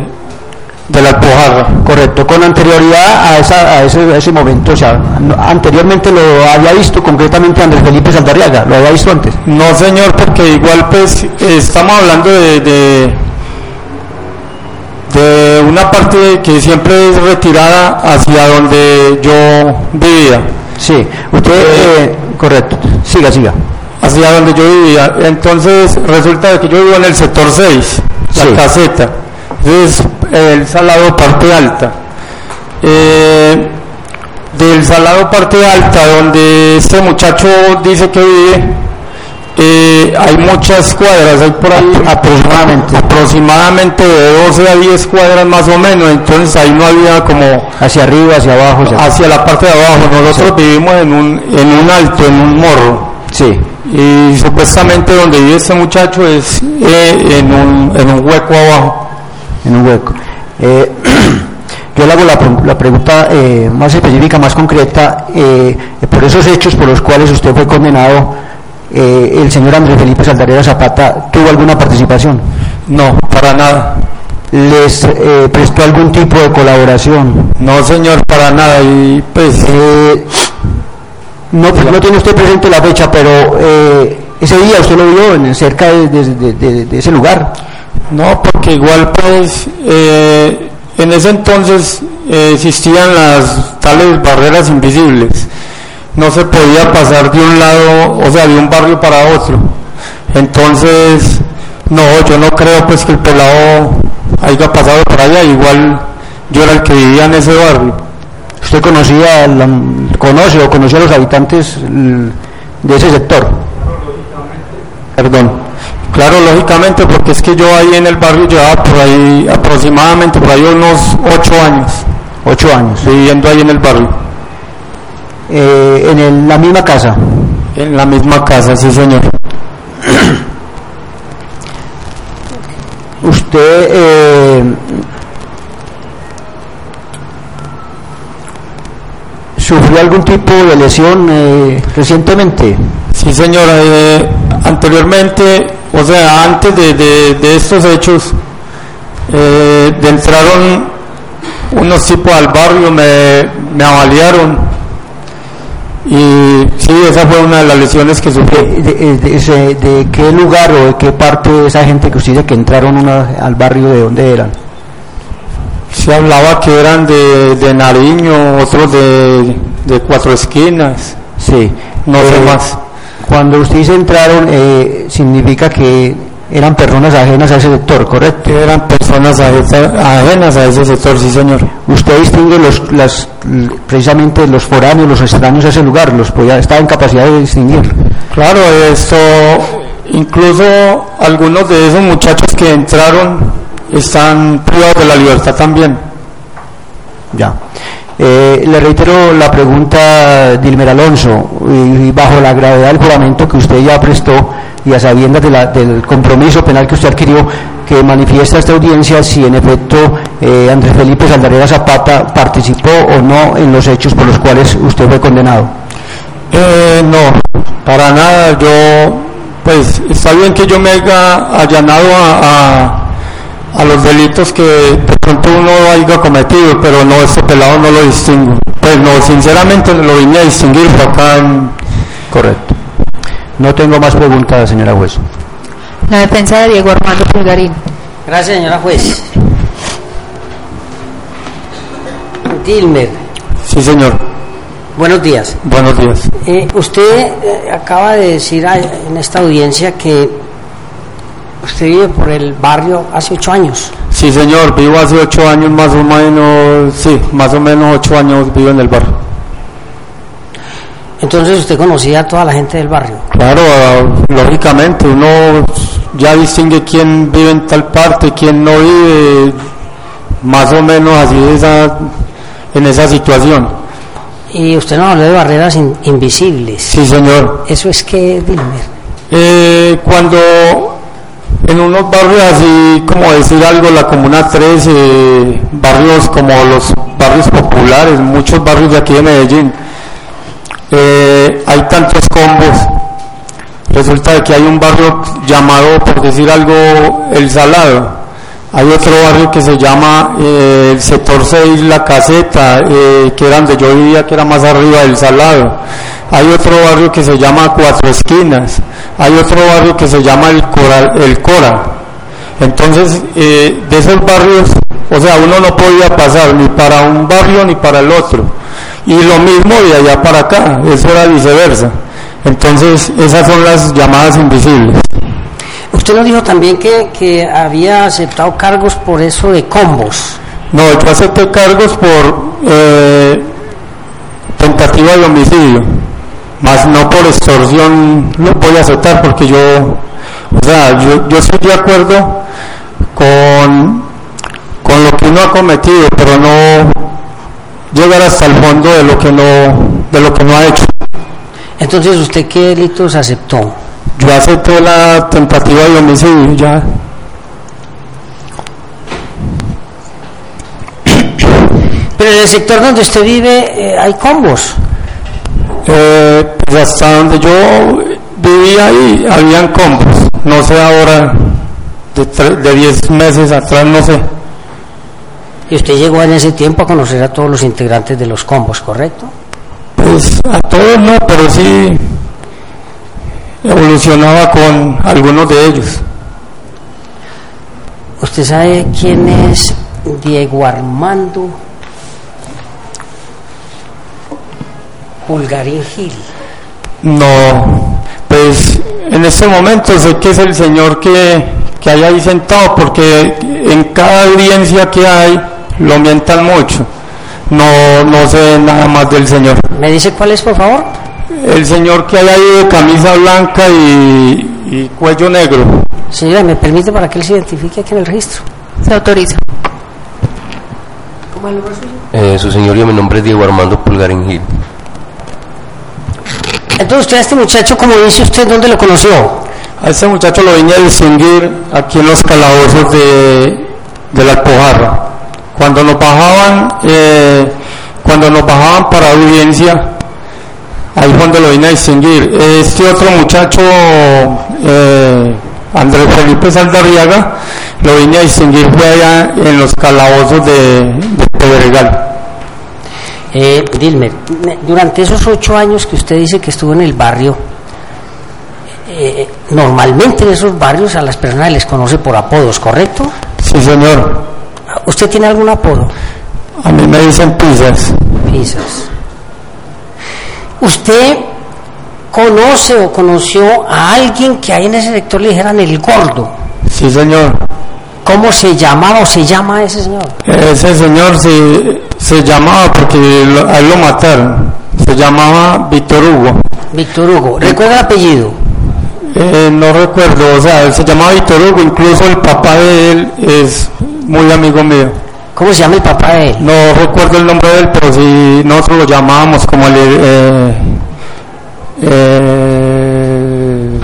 S5: de la Alpujarra. Correcto, con anterioridad a, esa, a, ese, a ese momento, o sea, no- anteriormente lo había visto concretamente Andrés Felipe Saldarriaga, lo había visto antes.
S7: No, señor, porque igual pues eh, estamos hablando de, de de una parte que siempre es retirada hacia donde yo vivía. Eh,
S5: Sí, usted, eh, correcto, siga, siga.
S7: Hacia donde yo vivía. Entonces resulta de que yo vivo en el sector 6,
S5: Sí.
S7: la caseta. Entonces el salado parte alta. Eh, del salado parte alta, donde este muchacho dice que vive, eh, hay muchas cuadras, hay por ahí
S5: aproximadamente.
S7: aproximadamente de 12 a 10 cuadras más o menos, entonces ahí no había como...
S5: Hacia arriba, hacia abajo.
S7: Hacia, la parte de abajo, nosotros vivimos en un, en un alto, en un morro.
S5: Sí.
S7: Y supuestamente donde vive este muchacho es eh, en, un, en un hueco abajo.
S5: En un hueco. Eh, yo le hago la, pre- la pregunta eh, más específica, más concreta, eh, por esos hechos por los cuales usted fue condenado, eh, el señor Andrés Felipe Saldarriaga Zapata tuvo alguna participación.
S7: No, para nada.
S5: ¿Les eh, prestó algún tipo de colaboración? Eh,
S7: No, señor, para nada. Y pues.
S5: no, pues, no tiene usted presente la fecha, pero eh, ese día usted lo vio en, cerca de, de- de- de- de ese lugar.
S7: No, porque igual pues eh, en ese entonces eh, existían las tales barreras invisibles. No se podía pasar de un lado, o sea, de un barrio para otro. Entonces, no, yo no creo pues que el pelado haya pasado por allá. Igual yo era el que vivía en ese barrio.
S5: ¿Usted conocía, la- conoce o conocía a los habitantes l- de ese sector?
S7: Perdón. Claro, lógicamente, porque es que yo ahí en el barrio llevaba por ahí aproximadamente por ahí unos ocho años.
S5: Ocho años.
S7: Viviendo ahí en el barrio.
S5: Eh, en el- la misma casa.
S7: En la misma casa, sí, señor.
S5: Usted eh, sufrió algún tipo de lesión eh, recientemente.
S7: Sí, señora, eh, anteriormente, o sea, antes de, de- de estos hechos, eh, de entraron unos tipos al barrio, me, me avaliaron. Y sí, esa fue una de las lesiones que sufrí.
S5: de, eh, de- ese- de qué lugar o de qué parte de esa gente que usted dice que entraron una- al barrio de dónde eran?
S7: Se hablaba que eran de, de Nariño, otros de, de Cuatro Esquinas.
S5: Sí.
S7: No sé
S5: Eh,
S7: más.
S5: Cuando ustedes entraron, eh, significa que eran personas ajenas a ese sector, ¿correcto?
S7: Eran personas ajenas a ese sector, sí, señor.
S5: Usted distingue los, las, precisamente los foráneos, los extraños a ese lugar, los podía, estaba en capacidad de distinguir.
S7: Claro, esto, incluso algunos de esos muchachos que entraron están privados de la libertad también.
S5: Ya. Eh, le reitero la pregunta, Dilmer Alonso, y, y bajo la gravedad del juramento que usted ya prestó y a sabiendas de la, del compromiso penal que usted adquirió, que manifiesta esta audiencia si en efecto eh, Andrés Felipe Saldarera Zapata participó o no en los hechos por los cuales usted fue condenado.
S7: Eh, no, para nada. Yo, pues, está bien que yo me haya allanado a, a a los delitos que de pronto uno haya cometido, pero no, este pelado no lo distingo. Pues no, sinceramente lo vine a distinguir por acá en...
S5: Correcto. No tengo más preguntas, señora juez.
S1: La defensa de Diego Armando Pulgarín.
S4: Gracias, señora juez. Dilmer.
S7: Sí, señor.
S4: Buenos días.
S7: Buenos días.
S4: Eh, usted eh, acaba de decir en esta audiencia que Usted vive por el barrio hace ocho años.
S7: Sí, señor, vivo hace ocho años más o menos, sí, más o menos ocho años vivo en el barrio.
S4: Entonces usted conocía a toda la gente del barrio.
S7: Claro, lógicamente, uno ya distingue quién vive en tal parte, quién no vive, más o menos así esa, en esa situación.
S4: Y usted no habló de barreras in, invisibles.
S7: Sí, señor.
S4: Eso es que, dime.
S7: Eh, cuando en unos barrios así como decir algo, la Comuna 3, eh, barrios como los barrios populares, muchos barrios de aquí de Medellín, eh, hay tantos combos. Resulta de que hay un barrio llamado, por decir algo, El Salado. Hay otro barrio que se llama eh, el sector 6, La Caseta, eh, que era donde yo vivía, que era más arriba del Salado hay otro barrio que se llama Cuatro Esquinas, hay otro barrio que se llama El Cora. El Cora. Entonces, eh, de esos barrios, o sea, uno no podía pasar ni para un barrio ni para el otro. Y lo mismo de allá para acá, eso era viceversa. Entonces, esas son las llamadas invisibles.
S4: Usted nos dijo también que, que había aceptado cargos por eso de combos.
S7: No, yo acepté cargos por eh, tentativa de homicidio más no por extorsión lo voy a aceptar porque yo, o sea, yo, yo estoy de acuerdo con, con lo que uno ha cometido, pero no llegar hasta el fondo de lo que no, de lo que no ha hecho.
S4: Entonces, ¿usted qué delitos aceptó?
S7: Yo acepté la tentativa de homicidio, ya.
S4: Pero en el sector donde usted vive eh, hay combos.
S7: Eh, pues hasta donde yo vivía ahí habían combos, no sé ahora, de 10 meses atrás, no sé.
S4: Y usted llegó en ese tiempo a conocer a todos los integrantes de los combos, ¿correcto?
S7: Pues a todos no, pero sí evolucionaba con algunos de ellos.
S4: ¿Usted sabe quién es Diego Armando Pulgarín Gil.
S7: No, pues en este momento sé que es el señor que, que hay ahí sentado, porque en cada audiencia que hay lo mientan mucho. No, no sé nada más del señor.
S4: ¿Me dice cuál es, por favor?
S7: El señor que hay ahí de camisa blanca y, y cuello negro.
S4: Señora, ¿me permite para que él se identifique aquí en el registro?
S1: Se autoriza.
S8: ¿Cómo el eh, su señoría, mi nombre es Diego Armando Pulgarín Gil.
S4: Entonces usted a este muchacho, como dice usted, ¿dónde lo conoció?
S7: A este muchacho lo vine a distinguir aquí en los calabozos de, de la Alpujarra. Cuando nos bajaban, eh, cuando nos bajaban para audiencia, ahí cuando lo vine a distinguir. Este otro muchacho, eh, Andrés Felipe Saldarriaga, lo vine a distinguir fue allá en los calabozos de, de Pedregal.
S4: Eh, Dilmer, durante esos ocho años que usted dice que estuvo en el barrio, eh, normalmente en esos barrios a las personas les conoce por apodos, ¿correcto?
S7: Sí, señor.
S4: ¿Usted tiene algún apodo?
S7: A mí me dicen pizzas.
S4: Pizzas. ¿Usted conoce o conoció a alguien que ahí en ese sector le dijeran el gordo?
S7: Sí, señor.
S4: ¿Cómo se llamaba o se llama ese señor?
S7: Eh, Ese señor se, se llamaba, porque lo- a él lo mataron, se llamaba Víctor Hugo.
S4: Víctor Hugo. ¿Recuerda el apellido?
S7: Eh, no recuerdo, o sea, él se llamaba Víctor Hugo, incluso el papá de él es muy amigo mío.
S4: ¿Cómo se llama el papá de él?
S7: No recuerdo el nombre de él, pero sí nosotros lo llamábamos como el... eh, eh,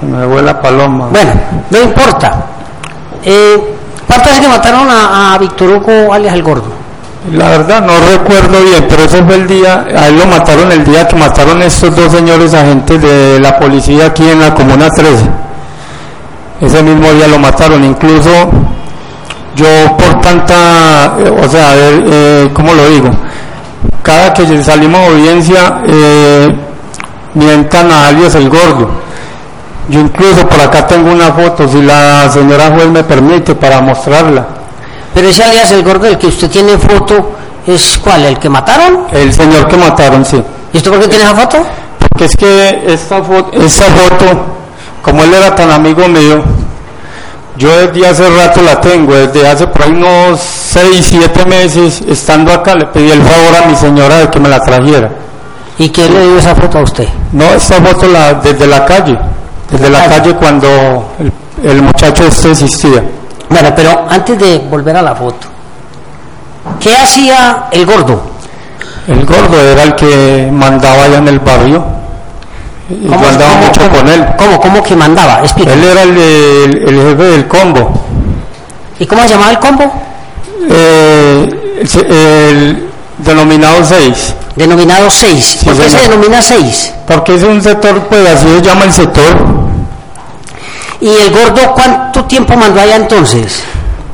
S7: se me fue la paloma.
S4: Bueno, no importa. Eh, ¿Cuántas veces que mataron a, a Víctor Hugo alias el Gordo?
S7: La verdad no recuerdo bien, pero eso fue el día, a él lo mataron el día que mataron estos dos señores agentes de la policía aquí en la Comuna 13. Ese mismo día lo mataron, incluso yo por tanta, eh, o sea, eh, eh, ¿cómo lo digo? Cada que salimos a audiencia, eh, mientan a alias el gordo. Yo incluso por acá tengo una foto, si la señora juez me permite, para mostrarla.
S4: Pero ese alias el Gordo, el que usted tiene foto, ¿es cuál? ¿El que mataron?
S7: El señor que mataron, sí.
S4: ¿Y usted por qué tiene esa foto?
S7: Porque es que esta foto, esa foto, como él era tan amigo mío, yo desde hace rato la tengo, desde hace por ahí unos 6, 7 meses, estando acá, le pedí el favor a mi señora de que me la trajera.
S4: ¿Y quién le dio esa foto a usted?
S7: No, esta foto la, desde la calle, desde la calle cuando el, el muchacho este existía.
S4: Bueno, pero antes de volver a la foto, ¿qué hacía el gordo?
S7: El gordo era el que mandaba allá en el barrio. Y yo
S4: ¿Cómo-
S7: andaba
S4: cómo-
S7: mucho con él.
S4: ¿Cómo, cómo que mandaba? Explique.
S7: Él era el, el- el jefe del combo.
S4: ¿Y cómo se llamaba el combo?
S7: el, se- el denominado 6.
S4: Denominado 6. ¿Por qué se denomina 6?
S7: Porque es un sector, pues así se llama el sector.
S4: ¿Y el gordo cuánto tiempo mandó allá entonces?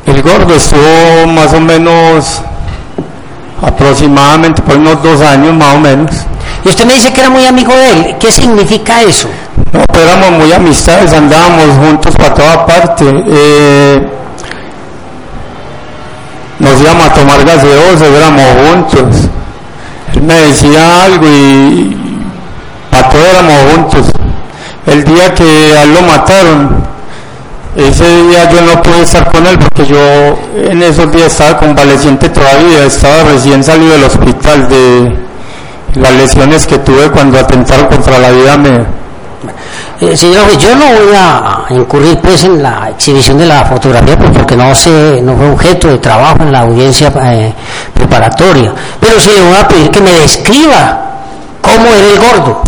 S7: El gordo estuvo más o menos aproximadamente por unos dos años más o menos.
S4: Y usted me dice que era muy amigo de él. ¿Qué significa eso?
S7: No, pero éramos muy amistades, andábamos juntos para toda parte. eh, nos íbamos a tomar gaseosos, éramos juntos. Él me decía algo y para todo éramos juntos. El día que a él lo mataron, ese día yo no pude estar con él porque yo en esos días estaba convaleciente todavía, estaba recién salido del hospital de las lesiones que tuve cuando atentaron contra la vida mía.
S4: Eh, señor, juez, yo no voy a incurrir pues en la exhibición de la fotografía pues, porque no sé, no fue objeto de trabajo en la audiencia eh, preparatoria. Pero sí le voy a pedir que me describa cómo era el gordo.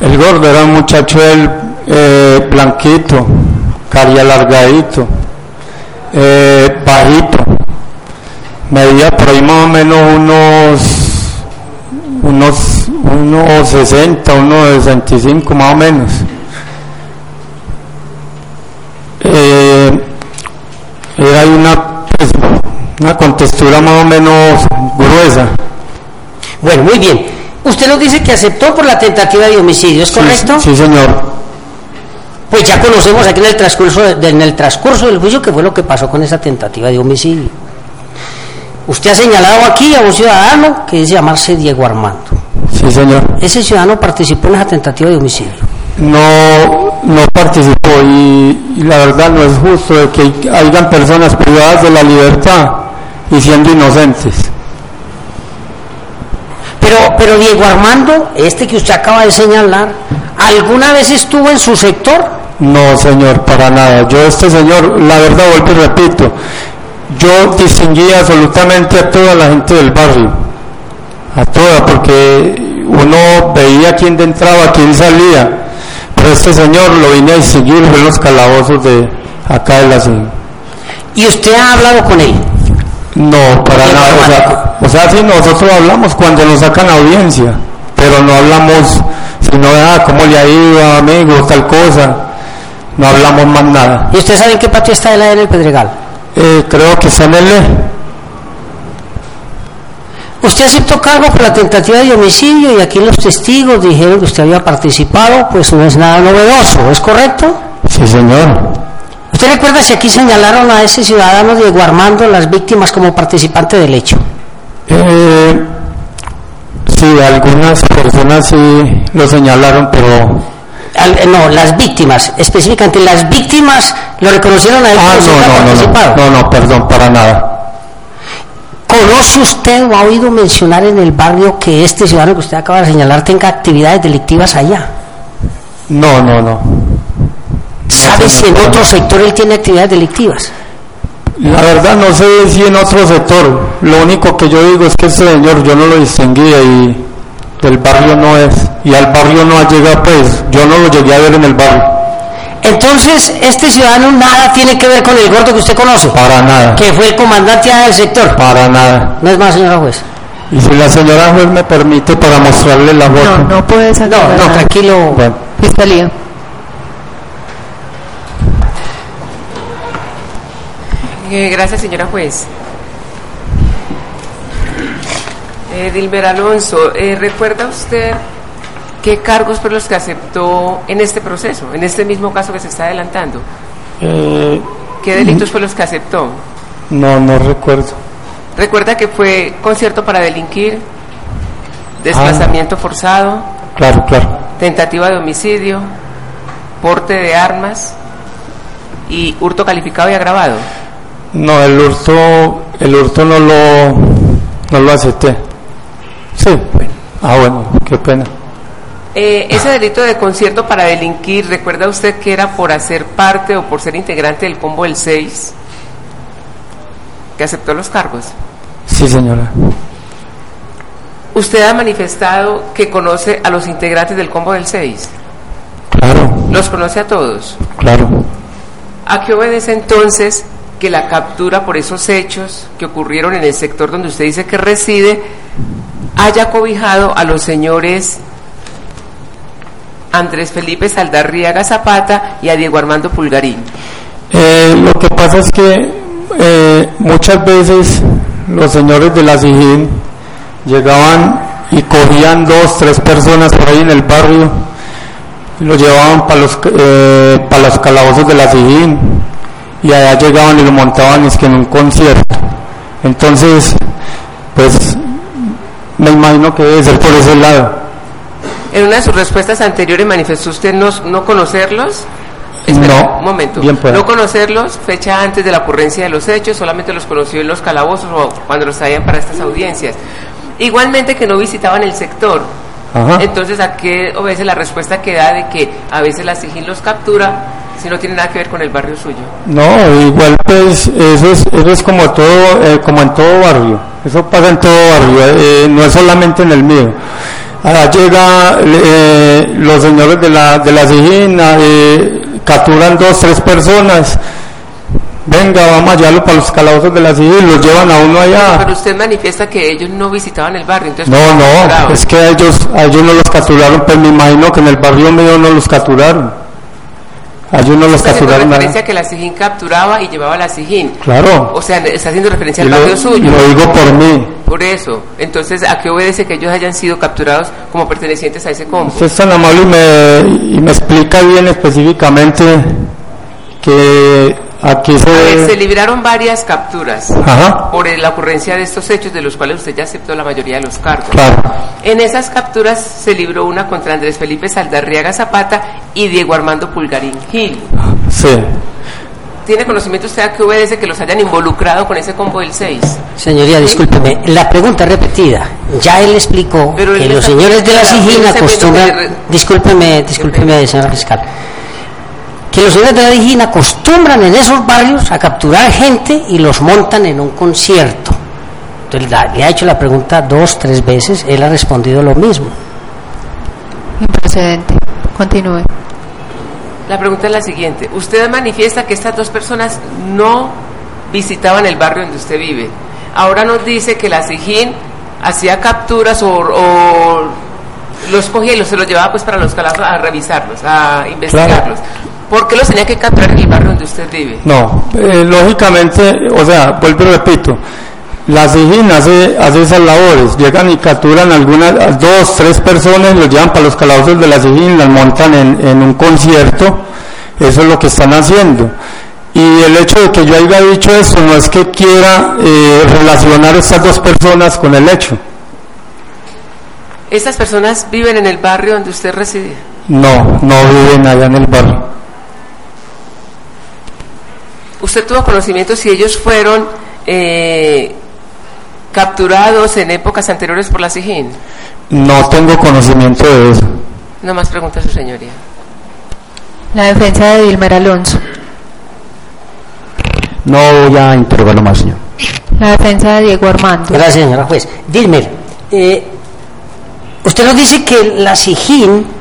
S7: El gordo era un muchacho él, eh, blanquito, cari alargadito, eh, bajito. Medía por ahí más o menos unos unos unos 60, unos 65 más o menos. Eh, era de una pues, una contextura más o menos gruesa.
S4: Bueno, muy bien. Usted nos dice que aceptó por la tentativa de homicidio, ¿es correcto?
S7: Sí, señor.
S4: Pues ya conocemos aquí en el transcurso de- de- en el transcurso del juicio qué fue lo que pasó con esa tentativa de homicidio. Usted ha señalado aquí a un ciudadano que es llamarse Diego Armando.
S7: Sí, señor.
S4: Ese ciudadano participó en esa tentativa de homicidio.
S7: no, no participó y, y la verdad no es justo de que hayan personas privadas de la libertad y siendo inocentes.
S4: Pero, pero Diego Armando, este que usted acaba de señalar, ¿alguna vez estuvo en su sector?
S7: No, señor, para nada. Yo, este señor, la verdad, vuelvo y repito, yo distinguí absolutamente a toda la gente del barrio, a toda, porque uno veía quién entraba, quién salía, pero este señor lo vine a distinguir fue en los calabozos de acá de la ciudad.
S4: ¿Y usted ha hablado con él?
S7: No, para nada. O sea, o sea, sí, nosotros hablamos cuando nos sacan audiencia, pero no hablamos, sino de, ah, cómo le ha ido, amigo, tal cosa. No hablamos más nada.
S4: ¿Y usted sabe en qué patio está él ahí en el Pedregal?
S7: Eh, creo que está en el...
S4: Usted aceptó cargo por la tentativa de homicidio y aquí los testigos dijeron que usted había participado, pues no es nada novedoso, ¿es correcto?
S7: Sí, señor.
S4: ¿Usted recuerda si aquí señalaron a ese ciudadano Diego Armando las víctimas como participante del hecho?
S7: Eh, sí, algunas personas sí lo señalaron, pero
S4: al- no, las víctimas, específicamente las víctimas lo reconocieron a él
S7: Ah,
S4: como si hubiera
S7: no, no,
S4: participado.
S7: no, no, no, no, perdón, para nada.
S4: ¿Conoce usted o ha oído mencionar en el barrio que este ciudadano que usted acaba de señalar tenga actividades delictivas allá?
S7: No, no, no.
S4: ¿Sabe si en otro sector él tiene actividades delictivas?
S7: La verdad no sé si en otro sector. Lo único que yo digo es que este señor yo no lo distinguía y del barrio no es. Y al barrio no ha llegado pues. Yo no lo llegué a ver en el barrio.
S4: Entonces, este ciudadano nada tiene que ver con el gordo que usted conoce.
S7: Para nada.
S4: Que fue el comandante del sector.
S7: Para nada.
S4: No es más, señora juez.
S7: Y si la señora juez me permite para mostrarle la foto.
S1: No, no puede ser.
S4: No, no, tranquilo.
S7: Bueno.
S1: Fiscalía.
S2: Eh, gracias, señora juez. Eh, Dilber Alonso, eh, ¿recuerda usted qué cargos fueron los que aceptó en este proceso, en este mismo caso que se está adelantando?
S7: Eh,
S2: ¿Qué delitos fueron los que aceptó?
S7: no, no recuerdo.
S2: ¿Recuerda que fue concierto para delinquir,
S11: Ah.
S2: desplazamiento forzado,
S7: Claro, claro.
S2: tentativa de homicidio, porte de armas y hurto calificado y agravado?
S7: No, el hurto, el hurto no lo, no lo acepté. Sí. Ah, bueno, qué pena.
S2: Eh, ese delito de concierto para delinquir, ¿recuerda usted que era por hacer parte o por ser integrante del combo del 6? Que aceptó los cargos.
S7: Sí, señora.
S2: Usted ha manifestado que conoce a los integrantes del combo del 6.
S7: Claro,
S2: Los conoce a todos.
S7: claro.
S2: ¿A qué obedece entonces que la captura por esos hechos que ocurrieron en el sector donde usted dice que reside haya cobijado a los señores Andrés Felipe Saldarriaga Zapata y a Diego Armando Pulgarín?
S7: Eh, lo que pasa es que eh, muchas veces los señores de la SIGIN llegaban y cogían dos, tres personas por ahí en el barrio y lo llevaban para los, eh, pa' los calabozos de la SIGIN y allá llegaban y lo montaban es que en un concierto. Entonces, pues me imagino que debe ser por ese lado.
S2: En una de sus respuestas anteriores manifestó usted no, no conocerlos.
S7: No,
S2: un momento.
S7: bien pueda.
S2: no conocerlos, fecha antes de la ocurrencia de los hechos, solamente los conoció en los calabozos o cuando los traían para estas audiencias. Igualmente que no visitaban el sector.
S7: Ajá.
S2: Entonces, ¿a qué obedece la respuesta que da de que a veces la SIGIN los captura si no tiene nada que ver con el barrio suyo?
S7: No, igual pues eso es, eso es como todo, eh, como en todo barrio. Eso pasa en todo barrio, eh, no es solamente en el mío. Allá llega eh, los señores de la de la Sijina, eh, capturan dos, tres personas. Venga, vamos a llevarlo para los calabozos de la Sijina, los llevan a uno allá.
S2: Pero usted manifiesta que ellos no visitaban el barrio. Entonces,
S7: No,
S2: ¿cómo
S7: no,
S2: capturaban?
S7: es que a ellos, a ellos no los capturaron, pues me imagino que en el barrio mío no los capturaron. A ellos no los
S2: Está haciendo
S7: capturaron. allá.
S2: referencia a que la SIGIN capturaba y llevaba a la SIGIN.
S7: Claro.
S2: O sea, está haciendo referencia al
S7: Y lo-
S2: barrio suyo.
S7: y lo digo por mí.
S2: Por eso. Entonces, ¿a qué obedece que ellos hayan sido capturados como pertenecientes a ese combo?
S7: Usted es tan amable y me, y me explica bien específicamente que aquí
S2: A ver, Pues se
S7: se...
S2: libraron varias capturas
S7: Eh, Ajá.
S2: por la ocurrencia de estos hechos de los cuales usted ya aceptó la mayoría de los cargos.
S7: Claro.
S2: En esas capturas se libró una contra Andrés Felipe Saldarriaga Zapata y Diego Armando Pulgarín Gil.
S7: Sí.
S2: ¿Tiene conocimiento usted a qué obedece que los hayan involucrado con ese combo del 6?
S4: Señoría, discúlpeme, la pregunta es repetida. Ya él explicó
S2: Pero él
S4: que
S2: le
S4: los
S2: está-
S4: señores de
S2: Pero
S4: la
S2: él
S4: SIGIN
S2: está pidiendo
S4: acostumbran...
S2: que le re-
S4: Discúlpeme, discúlpeme, señora fiscal. Que los señores de la SIGIN acostumbran en esos barrios a capturar gente y los montan en un concierto. Entonces, la- le ha hecho la pregunta dos, tres veces, él ha respondido lo mismo.
S1: Improcedente. Continúe.
S2: La pregunta es la siguiente. Usted manifiesta que estas dos personas no visitaban el barrio donde usted vive. Ahora nos dice que la SIGIN hacía capturas o, o los cogía y los, se los llevaba pues para los calabozos a revisarlos, a investigarlos. ¿Por qué los tenía que capturar en el barrio donde usted vive?
S7: No, eh, lógicamente, o sea, vuelvo y repito, la SIGIN hace, hace esas labores, llegan y capturan algunas, a dos, tres personas, los llevan para los calabozos de la SIGIN, las montan en, en un concierto, eso es lo que están haciendo. Y el hecho de que yo haya dicho eso no es que quiera eh, relacionar estas dos personas con el hecho.
S2: Estas personas viven en el barrio donde usted reside.
S7: No, no viven allá en el barrio.
S2: ¿Usted tuvo conocimiento si ellos fueron eh, capturados en épocas anteriores por la SIGIN?
S7: No tengo conocimiento de eso.
S2: No más preguntas, su señoría.
S1: La defensa de Wilmer Alonso.
S5: No voy a interrogarlo más, señor.
S1: La defensa de Diego Armando.
S4: Gracias, señora juez. Dilmer, eh, usted nos dice que la SIGIN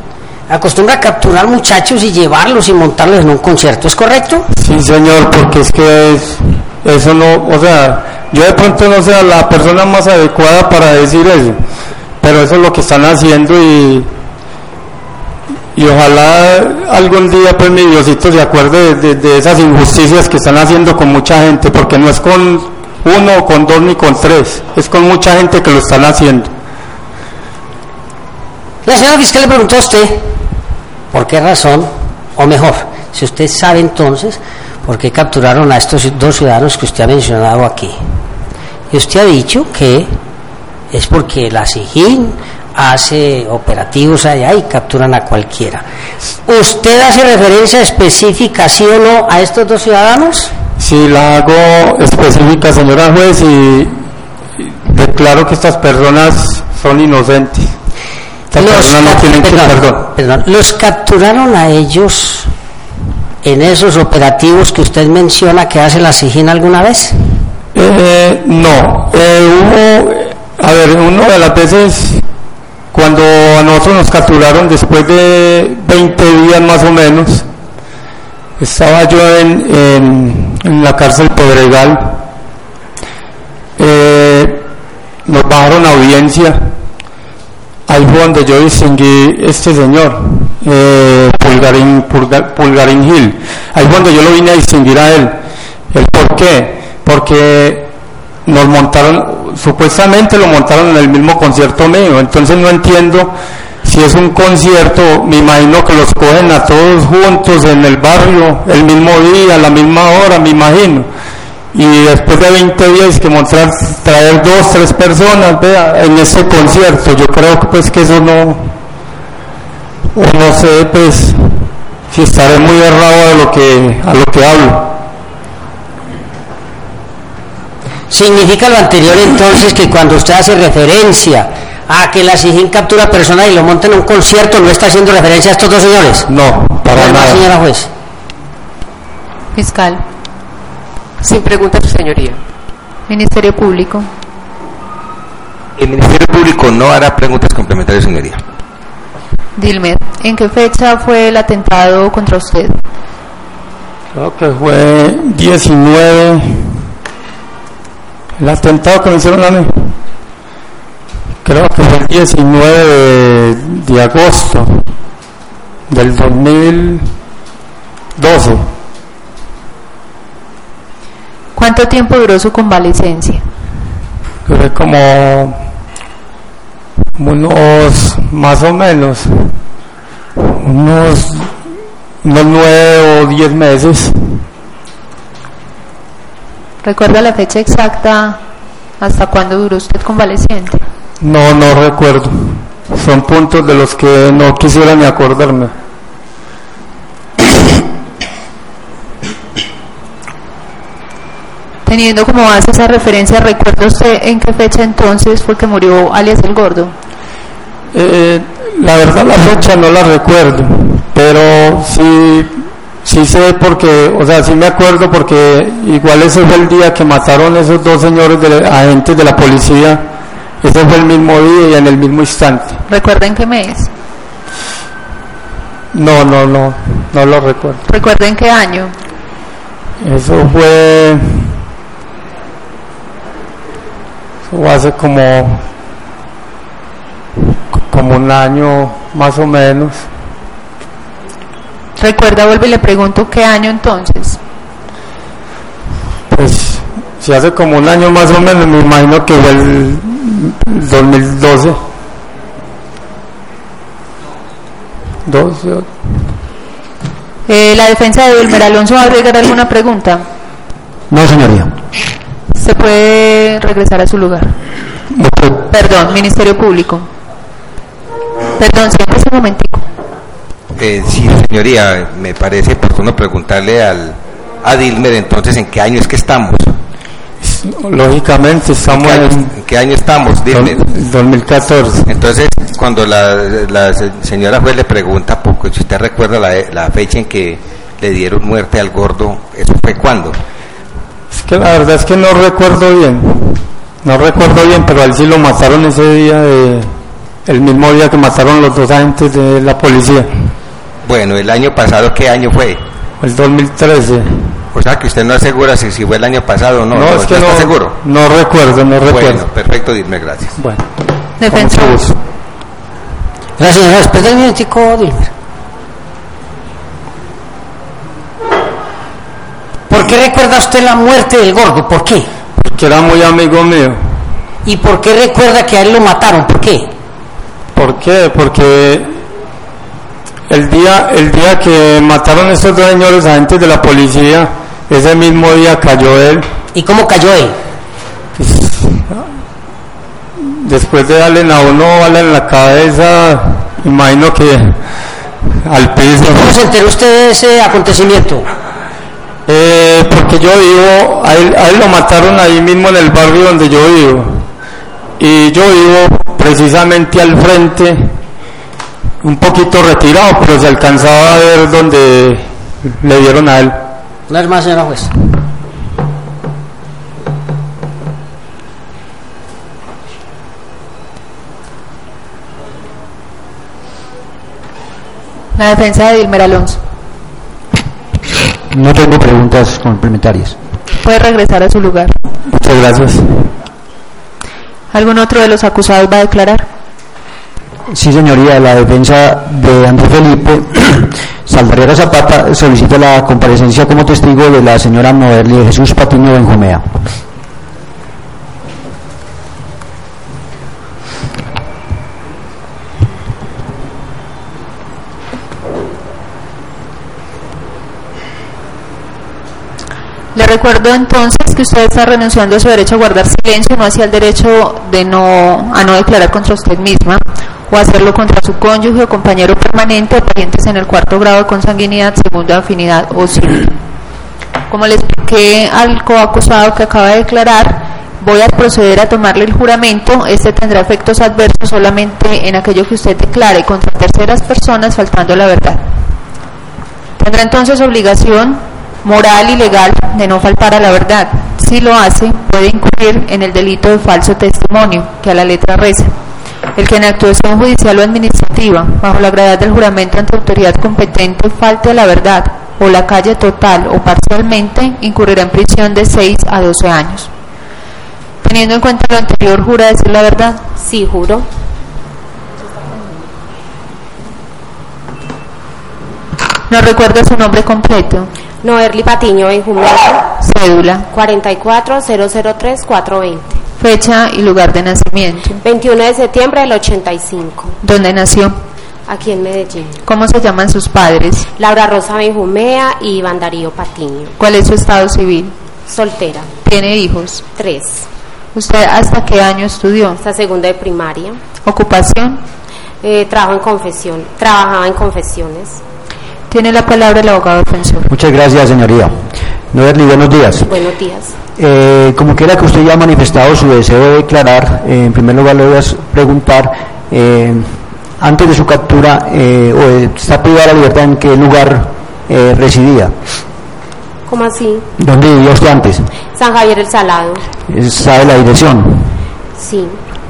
S4: acostumbra a capturar muchachos y llevarlos y montarlos en un concierto, ¿es correcto?
S7: Sí, señor, porque es que es, eso no, o sea, yo de pronto no sea la persona más adecuada para decir eso, pero eso es lo que están haciendo y, y ojalá algún día pues mi Diosito se acuerde de, de- de esas injusticias que están haciendo con mucha gente, porque no es con uno, con dos ni con tres, es con mucha gente que lo están haciendo.
S4: La señora fiscal le preguntó a usted por qué razón, o mejor, si usted sabe entonces por qué capturaron a estos dos ciudadanos que usted ha mencionado aquí. Y usted ha dicho que es porque la SIGIN hace operativos allá y capturan a cualquiera. ¿Usted hace referencia específica, sí o no, a estos dos ciudadanos?
S7: Si la hago específica, señora juez, y y declaro que estas personas son inocentes. Estas personas no tienen que
S4: Perdón,
S7: perdón.
S4: perdón. los capturaron a ellos en esos operativos que usted menciona que hace la SIGIN alguna vez.
S7: Eh, no, eh, hubo, eh, a ver, una de las veces cuando a nosotros nos capturaron después de 20 días más o menos, estaba yo en, en- en la cárcel Pedregal, Eh, nos bajaron a audiencia, ahí fue donde yo distinguí este señor, eh, Pulgarín, Pulga- Pulgarín Gil, ahí fue donde yo lo vine a distinguir a él. ¿El por qué? Porque nos montaron, supuestamente lo montaron en el mismo concierto mío, entonces no entiendo si es un concierto, me imagino que los cogen a todos juntos en el barrio, el mismo día, a la misma hora, me imagino. Y después de 20 días que montar, traer dos, tres personas vea, en ese concierto, yo creo que pues que eso no, o no sé pues si estaré muy errado de lo que, a lo que hablo.
S4: Significa lo anterior entonces que cuando usted hace referencia a que la SIGIN captura personas y lo monta en un concierto, no está haciendo referencia a estos dos señores.
S7: No,
S4: para nada. señora juez.
S1: Fiscal.
S2: Sin preguntas, su señoría.
S1: Ministerio Público.
S3: El Ministerio Público no hará preguntas complementarias, señoría.
S1: Dilmer, ¿en qué fecha fue el atentado contra usted?
S7: Creo que fue 19. El atentado que me hicieron a mí. Creo que fue el 19 de, de agosto del 2012.
S1: ¿Cuánto tiempo duró su convalecencia?
S7: que Fue como unos, más o menos, unos, unos 9 o 10 meses.
S1: ¿Recuerda la fecha exacta hasta cuándo duró usted convaleciente?
S7: No, no recuerdo. Son puntos de los que no quisiera ni acordarme.
S1: Teniendo como base esa referencia, ¿recuerda usted en qué fecha entonces fue que murió alias el gordo?
S7: Eh, la verdad la fecha no la recuerdo, pero sí, sí sé porque, o sea, sí me acuerdo porque igual ese fue el día que mataron esos dos señores de, agentes de la policía, ese fue el mismo día y en el mismo instante.
S1: ¿Recuerda en qué mes?
S7: No, no, no, no lo recuerdo.
S1: ¿Recuerda en qué año?
S7: Eso fue... Eso fue hace como... Como un año más o menos.
S1: ¿Recuerda, vuelvo y le pregunto, qué año entonces?
S7: Pues si hace como un año más o menos, me imagino que fue el 2012. 12.
S1: Eh, la defensa de Wilmer Alonso va a agregar alguna pregunta.
S5: No, señoría.
S1: Se puede regresar a su lugar. Perdón, Ministerio Público. Perdón, siéntese un momentico.
S3: Eh, sí, señoría, me parece oportuno preguntarle al, a Dilmer entonces en qué año es que estamos.
S7: Lógicamente
S3: ¿En
S7: estamos
S3: qué
S7: en
S3: año, en qué año estamos? Dilmer.
S7: 2014.
S3: Entonces, cuando la, la se- señora juez le pregunta, porque si usted recuerda la, la fecha en que le dieron muerte al gordo, ¿eso fue cuándo?
S7: Es que la verdad es que no recuerdo bien. No recuerdo bien, pero a él sí lo mataron ese día, de- el mismo día que mataron los dos agentes de la policía,
S3: Bueno, el año pasado, ¿qué año fue?
S7: el 2013.
S3: O sea, que usted no asegura si, si fue el año pasado o no.
S7: No, es que
S3: está
S7: no,
S3: seguro?
S7: no recuerdo, no recuerdo.
S3: Bueno, perfecto, Dilmer, gracias.
S7: Bueno.
S1: Defensor.
S4: Gracias, señora. Espera un minutico, Dilmer. ¿Por qué recuerda usted la muerte del gordo? ¿Por qué?
S7: Porque era muy amigo mío.
S4: ¿Y por qué recuerda que a él lo mataron? ¿Por qué?
S7: ¿Por qué? Porque el día, el día que mataron estos dos señores agentes de la policía, ese mismo día cayó él. Pues,
S4: ¿Y cómo cayó él?
S7: después de darle a uno bala en la cabeza, imagino que al piso.
S4: ¿Cómo se enteró usted de ese acontecimiento?
S7: Eh, porque yo vivo, a él, a él lo mataron ahí mismo en el barrio donde yo vivo. Y yo vivo precisamente al frente, un poquito retirado, pero se alcanzaba a ver donde le dieron a él.
S4: No es más, señora juez.
S1: La defensa de Dilmer Alonso.
S5: No tengo preguntas complementarias.
S1: Puede regresar a su lugar.
S7: Muchas gracias.
S1: ¿Algún otro de los acusados va a declarar?
S5: Sí, señoría, la defensa de Andrés Felipe Saldarriaga Zapata solicita la comparecencia como testigo de la señora Noerli de Jesús Patiño Benjumea.
S1: Le recuerdo entonces que usted está renunciando a su derecho a guardar silencio, no hacia el derecho de no, a no declarar contra usted misma o hacerlo contra su cónyuge o compañero permanente o parientes en el cuarto grado de consanguinidad, segunda afinidad o civil. Como le expliqué al coacusado que acaba de declarar, voy a proceder a tomarle el juramento. Este tendrá efectos adversos solamente en aquello que usted declare contra terceras personas faltando a la verdad. Tendrá entonces obligación moral y legal de no faltar a la verdad. Si lo hace, puede incurrir en el delito de falso testimonio, que a la letra reza. El que en actuación judicial o administrativa, bajo la gravedad del juramento ante autoridad competente, falte a la verdad o la calle total o parcialmente, incurrirá en prisión de 6 a 12 años. Teniendo en cuenta lo anterior, ¿jura decir la verdad? Sí, juro. No recuerdo su nombre completo.
S6: Noerly Patiño Benjumea,
S1: Cédula.
S6: 44003-420.
S1: Fecha y lugar de nacimiento.
S6: 21 de septiembre del 85,
S1: ¿Dónde nació?
S6: aquí en Medellín.
S1: ¿Cómo se llaman sus padres?
S6: Laura Rosa Benjumea y Iván Darío Patiño.
S1: ¿Cuál es su estado civil?
S6: Soltera,
S1: ¿Tiene hijos?
S6: 3.
S1: ¿Usted hasta qué año estudió?
S6: Hasta segunda de primaria.
S1: ¿Ocupación?
S6: Eh, trabajo en confesión, trabajaba en confesiones.
S1: Tiene la palabra el abogado defensor.
S5: Muchas gracias, señoría. Noerli, buenos días.
S6: Buenos días.
S5: Eh, como quiera que usted ya ha manifestado su deseo de declarar, eh, en primer lugar le voy a s- preguntar, eh, antes de su captura, eh, o de- está privada de la libertad, ¿en qué lugar eh, residía?
S6: ¿Cómo así?
S5: ¿Dónde vivía usted antes?
S6: San Javier el Salado,
S5: Eh, ¿Sabe la dirección?
S6: sí.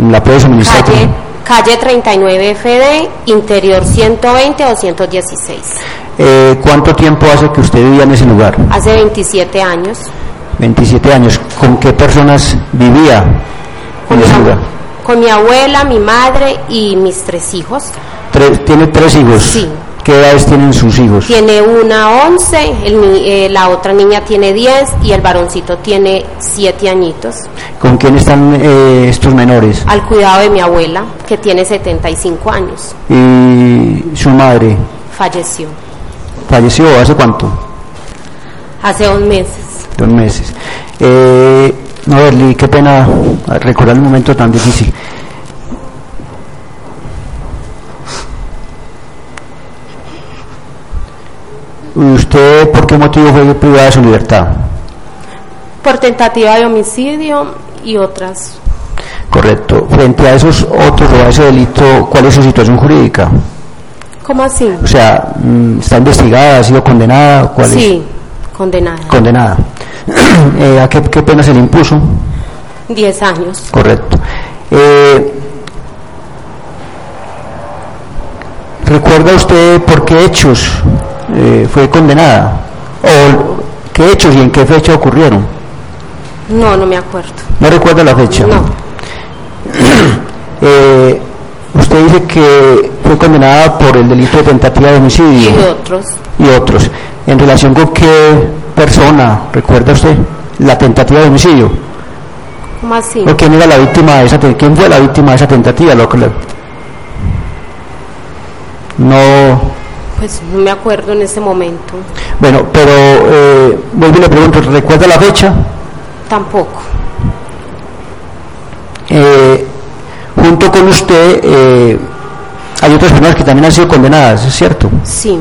S5: ¿La puede suministrar?
S6: Calle, calle 39 FD, interior 120 o 116.
S5: Eh, ¿Cuánto tiempo hace que usted vivía en ese lugar?
S6: Hace 27 años,
S5: 27 años. ¿Con qué personas vivía en ese lugar?
S6: con mi abuela, mi madre y mis tres hijos.
S5: Tres- ¿Tiene tres hijos?
S6: Sí.
S5: ¿Qué edades tienen sus hijos?
S6: Tiene una 11, el ni- eh, la otra niña tiene 10 y el varoncito tiene 7 añitos.
S5: ¿Con quién están eh, estos menores?
S6: Al cuidado de mi abuela, que tiene 75 años,
S5: ¿Y su madre
S6: falleció
S5: falleció hace cuánto?
S6: hace dos meses.
S5: Dos meses. Eh, no, Berli, qué pena recordar un momento tan difícil. ¿Usted por qué motivo fue privada de su libertad?
S6: por tentativa de homicidio y otras.
S5: Correcto. Frente a esos otros o a ese delito, ¿cuál es su situación jurídica?
S6: ¿Cómo así?
S5: O sea, mm, ¿está investigada, ha sido condenada? ¿Cuál
S6: sí, condenada.
S5: es? Condenada. Eh, ¿A qué, qué pena se le impuso?
S6: 10 años.
S5: Correcto. Eh, ¿Recuerda usted por qué hechos eh, fue condenada? ¿O qué hechos y en qué fecha ocurrieron?
S6: No, no me acuerdo.
S5: ¿No recuerda la fecha? No. usted dice que fue condenada por el delito de tentativa de homicidio
S6: Y otros.
S5: y otros. ¿En relación con qué persona recuerda usted la tentativa de homicidio?
S6: ¿Cómo así?
S5: ¿O quién era la víctima de esa te- quién fue la víctima de esa tentativa? Lo que le- No,
S6: Pues no me acuerdo en ese momento.
S5: bueno, pero eh, vuelvo y le pregunto, ¿recuerda la fecha?
S6: Tampoco.
S5: Eh, junto con usted eh, hay otras personas que también han sido condenadas, ¿es cierto?
S6: Sí.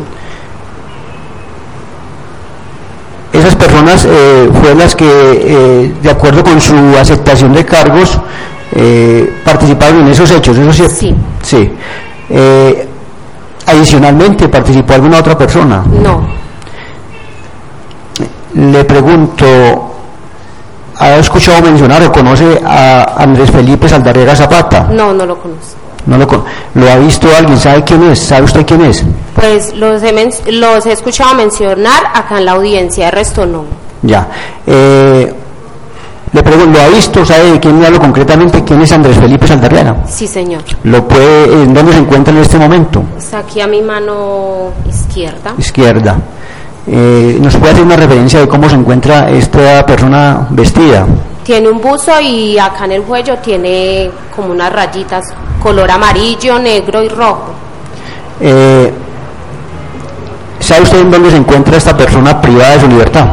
S5: Esas personas eh, fueron las que, eh, de acuerdo con su aceptación de cargos, eh, participaron en esos hechos, ¿eso es cierto? Sí. Eh, adicionalmente, ¿participó alguna otra persona?
S6: No.
S5: Le pregunto, ¿ha escuchado mencionar o conoce a Andrés Felipe Saldarrega Zapata?
S6: No, no lo conozco.
S5: No lo, con- ¿Lo ha visto alguien? ¿Sabe quién es? ¿Sabe usted quién es?
S6: Pues los he, men- los he escuchado mencionar acá en la audiencia, el resto no.
S5: Ya. Eh, le pregunto, ¿lo ha visto? ¿Sabe de quién le hablo concretamente? ¿Quién es Andrés Felipe Saldarriaga?
S6: Sí, señor.
S5: ¿Lo puede, ¿En dónde se encuentra en este momento?
S6: Está aquí a mi mano izquierda.
S5: Izquierda. Eh, ¿Nos puede hacer una referencia de cómo se encuentra esta persona vestida?
S6: Tiene un buzo y acá en el cuello tiene como unas rayitas color amarillo, negro y rojo.
S5: Eh, ¿Sabe usted en dónde se encuentra esta persona privada de su libertad?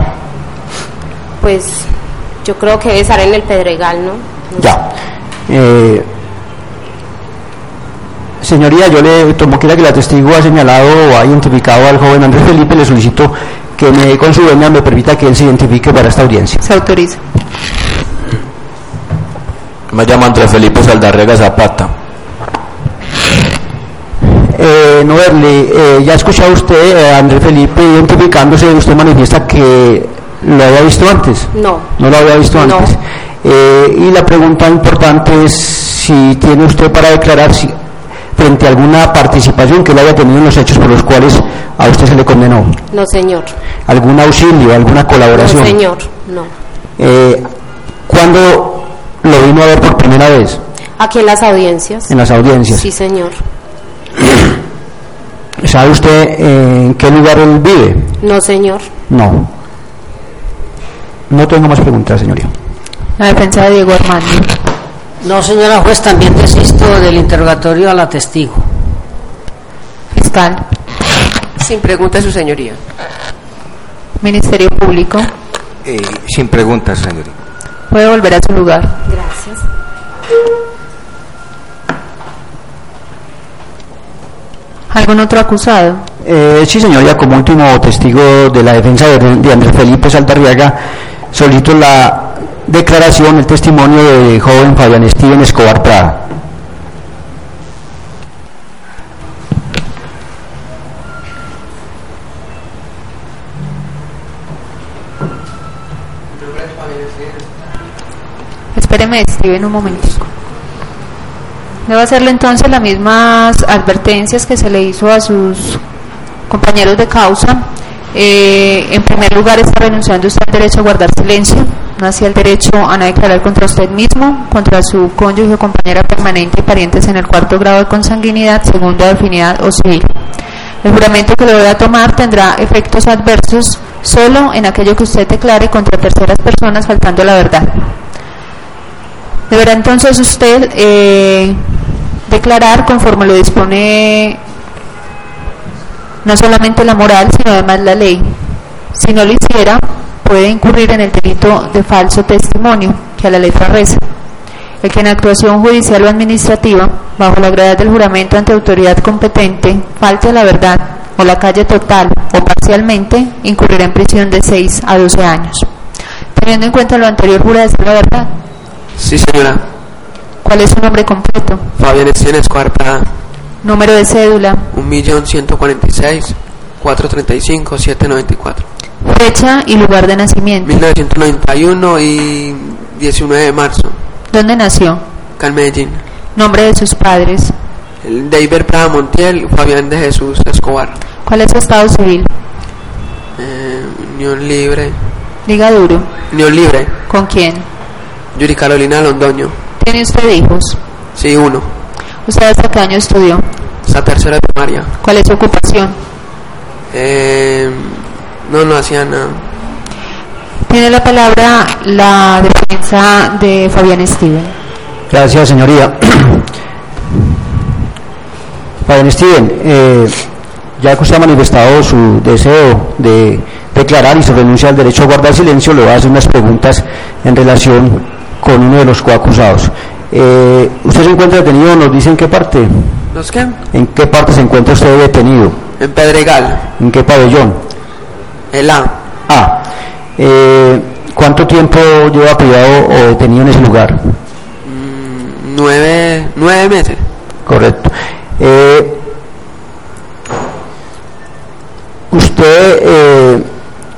S6: Pues yo creo que debe estar en el Pedregal, ¿no?
S5: Ya. Eh, señoría, yo le, como quiera que la testigo ha señalado o ha identificado al joven Andrés Felipe, le solicito que me, con su venia me permita que él se identifique para esta audiencia.
S1: Se autoriza.
S10: Me llamo Andrés Felipe Saldarrega Zapata.
S5: Eh, Noverly, eh, ya ha escuchado usted eh, a Andrés Felipe identificándose, usted manifiesta que lo había visto antes.
S6: No.
S5: No lo había visto
S6: No.
S5: antes. Eh, y la pregunta importante es si tiene usted para declarar si, frente a alguna participación que él haya tenido en los hechos por los cuales a usted se le condenó.
S6: No, señor.
S5: ¿Algún auxilio, alguna
S6: No,
S5: colaboración?
S6: señor. No.
S5: Eh, ¿Cuándo lo vino a ver por primera vez
S6: Aquí en las audiencias.
S5: en las audiencias?
S6: Sí, señor.
S5: ¿Sabe usted eh, en qué lugar él vive?
S6: No, señor.
S5: No. No tengo más preguntas, señoría.
S1: La defensa de Diego Armando.
S4: No, señora juez, también desisto del interrogatorio a la testigo.
S1: Fiscal.
S2: Sin pregunta, su señoría.
S1: Ministerio Público.
S3: Eh, sin preguntas, señorita.
S1: Puede volver a su lugar.
S6: Gracias.
S1: ¿Algún otro acusado?
S5: Eh, sí, señoría, como último testigo de la defensa de, de Andrés Felipe Saldarriaga, solicito la declaración, el testimonio de joven Fabián Steven Escobar Prada.
S1: Espéreme, Steven, un momentico. Debo hacerle entonces las mismas advertencias que se le hizo a sus compañeros de causa. Eh, en primer lugar, está renunciando usted al derecho a guardar silencio, no hacia el derecho a no declarar contra usted mismo, contra su cónyuge o compañera permanente y parientes en el cuarto grado de consanguinidad, segunda de afinidad o civil. El juramento que le voy a tomar tendrá efectos adversos solo en aquello que usted declare contra terceras personas faltando a la verdad. Deberá entonces usted eh, declarar conforme lo dispone no solamente la moral, sino además la ley. Si no lo hiciera, puede incurrir en el delito de falso testimonio, que a la letra reza. El que en actuación judicial o administrativa, bajo la gravedad del juramento ante autoridad competente, falte a la verdad, o la calle total o parcialmente, incurrirá en prisión de 6 a 12 años. Teniendo en cuenta lo anterior, ¿jura decir la verdad?
S9: Sí, señora.
S1: ¿Cuál es su nombre completo?
S9: Fabián Estién Escobar Prada.
S1: Número de cédula,
S9: 1.146.435.794.
S1: fecha y lugar de nacimiento.
S9: 1991 y 19 de marzo,
S1: ¿Dónde nació?
S9: acá en Medellín.
S1: Nombre de sus padres.
S9: El David Prada Montiel, Fabián de Jesús Escobar.
S1: ¿Cuál es su estado civil?
S9: Eh, Unión Libre.
S1: Diga duro.
S9: Unión Libre.
S1: ¿Con quién?
S9: Yuri Carolina Londoño.
S1: ¿Tiene usted hijos?
S9: Sí, uno.
S1: ¿Usted hasta qué año estudió?
S9: Hasta tercera de primaria.
S1: ¿Cuál es su ocupación?
S9: Eh, no, no hacía nada.
S1: Tiene la palabra la defensa de Fabián Steven.
S5: Gracias, señoría. Padre Steven, eh, ya que usted ha manifestado su deseo de declarar y su renuncia al derecho a guardar silencio, le voy a hacer unas preguntas en relación con uno de los coacusados. Eh, ¿Usted se encuentra detenido? ¿Nos dice en qué parte?
S9: ¿Los qué?
S5: ¿En qué parte se encuentra usted detenido?
S9: En Pedregal,
S5: ¿En qué pabellón?
S9: el A.
S5: Ah, eh, ¿cuánto tiempo lleva privado o detenido en ese lugar?
S9: Mm, Nueve, nueve meses.
S5: Correcto. Eh, usted, eh,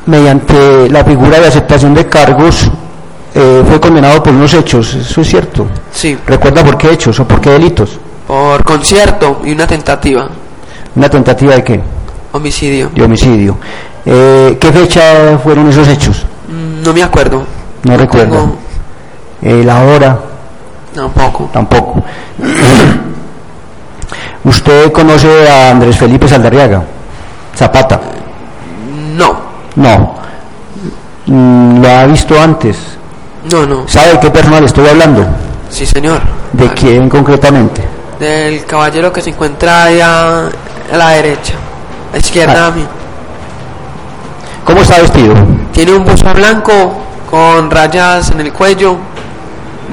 S5: mediante la figura de aceptación de cargos, eh, fue condenado por unos hechos, ¿eso es cierto?
S9: Sí.
S5: ¿Recuerda por qué hechos o por qué delitos?
S9: Por concierto y una tentativa.
S5: ¿Una tentativa de qué?
S9: Homicidio.
S5: De homicidio. Eh, ¿Qué fecha fueron esos hechos?
S9: Mm, No me acuerdo.
S5: No recuerda. Eh, ¿La hora?
S9: Tampoco.
S5: Tampoco. ¿Usted conoce a Andrés Felipe Saldarriaga? Zapata.
S9: No.
S5: No. Mm, ¿Lo ha visto antes?
S9: No, no.
S5: ¿Sabe de qué persona le estoy hablando?
S9: Sí, señor.
S5: ¿De quién concretamente?
S9: Del caballero que se encuentra allá a la derecha. A la izquierda mía.
S5: ¿Cómo está vestido?
S9: Tiene un buzo blanco con rayas en el cuello.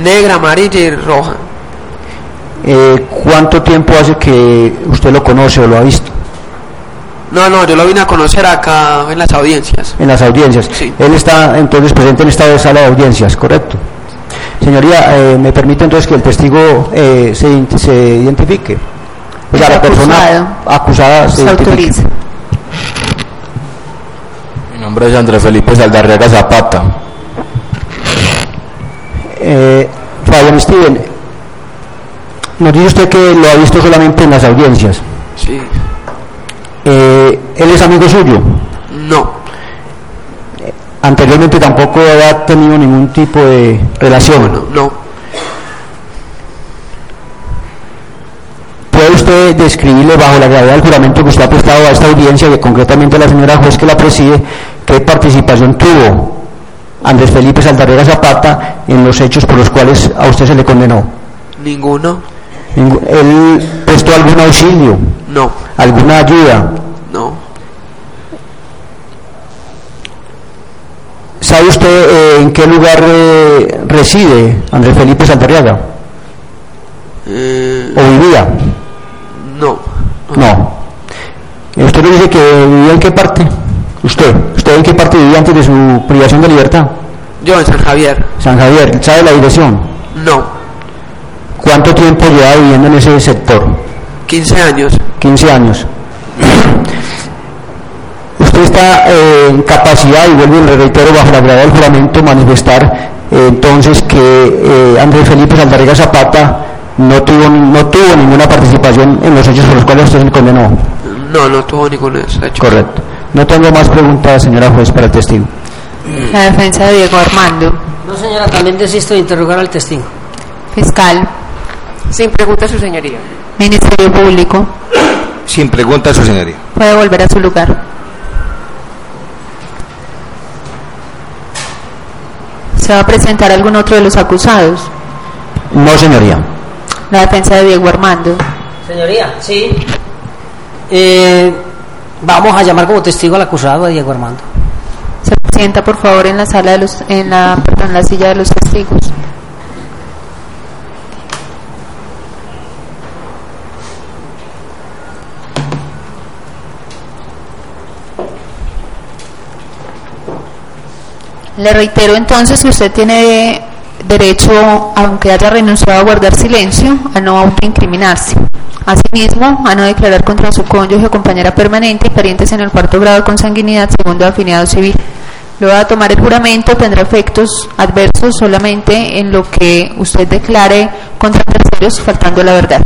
S9: Negra, amarilla y roja.
S5: Eh, ¿Cuánto tiempo hace que usted lo conoce o lo ha visto
S9: No, no, yo lo vine a conocer acá en las audiencias.
S5: en las audiencias? Él está entonces presente en esta sala de audiencias, ¿correcto? Señoría, eh, me permite entonces que el testigo eh, se, ident- se identifique. O sea, la persona acusada se,
S10: Se
S5: identifique.
S10: autoriza. Mi nombre es Andrés Felipe Saldarriaga Zapata.
S5: Eh, Fabián Steven, nos dice usted que lo ha visto solamente en las audiencias.
S9: Sí.
S5: Eh, ¿Él es amigo suyo?
S9: No.
S5: Anteriormente tampoco había tenido ningún tipo de relación.
S9: No.
S5: ¿Puede usted describirle bajo la gravedad del juramento que usted ha prestado a esta audiencia y concretamente a la señora juez que la preside qué participación tuvo Andrés Felipe Saldarrega Zapata en los hechos por los cuales a usted se le condenó?
S9: Ninguno.
S5: Ningú- ¿Él prestó algún auxilio,
S9: No.
S5: alguna ayuda?
S9: No.
S5: ¿Sabe usted eh, en qué lugar eh, reside Andrés Felipe Saldarriaga?
S9: Eh,
S5: ¿O vivía?
S9: no.
S5: No. Eh, ¿Usted nos dice que vivía en qué parte? ¿Usted? ¿Usted en qué parte vivía antes de su privación de libertad?
S9: Yo en San Javier.
S5: San Javier, ¿sabe la dirección?
S9: No.
S5: ¿Cuánto tiempo lleva viviendo en ese sector?
S9: 15 años.
S5: 15 años. Usted está eh, en capacidad, y vuelvo y le reitero, bajo la gravedad del juramento, manifestar eh, entonces que eh, Andrés Felipe Saldarriga Zapata no tuvo, no tuvo ninguna participación en los hechos por los cuales usted se le condenó.
S9: No, no tuvo ninguno de esos hechos.
S5: Correcto. No tengo más preguntas, señora juez, para el testigo.
S1: La defensa de Diego Armando.
S4: No, señora, también desisto de interrogar al testigo.
S1: Fiscal.
S2: Sin pregunta, su señoría.
S1: Ministerio Público.
S3: Sin pregunta, su señoría.
S1: Puede volver a su lugar. ¿Se va a presentar algún otro de los acusados?
S5: No, señoría.
S1: La defensa de Diego Armando.
S4: Señoría, sí. Eh, vamos a llamar como testigo al acusado a Diego Armando.
S1: Se sienta por favor en la sala de los, en la, perdón, la silla de los testigos. Le reitero entonces que usted tiene derecho, aunque haya renunciado a guardar silencio, a no autoincriminarse. Asimismo, a no declarar contra su cónyuge o compañera permanente y parientes en el cuarto grado con sanguinidad, segundo afiliado civil. Luego de tomar el juramento tendrá efectos adversos solamente en lo que usted declare contra terceros, faltando la verdad.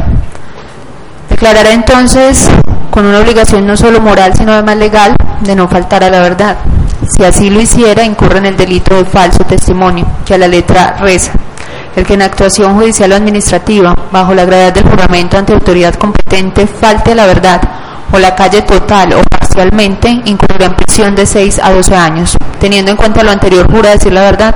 S1: Declarará entonces con una obligación no solo moral, sino además legal, de no faltar a la verdad. Si así lo hiciera, incurre en el delito de falso testimonio, que a la letra reza. El que en actuación judicial o administrativa, bajo la gravedad del juramento ante autoridad competente, falte a la verdad o la calle total o parcialmente, incurrirá en prisión de 6 a 12 años. Teniendo en cuenta lo anterior, jura decir la verdad.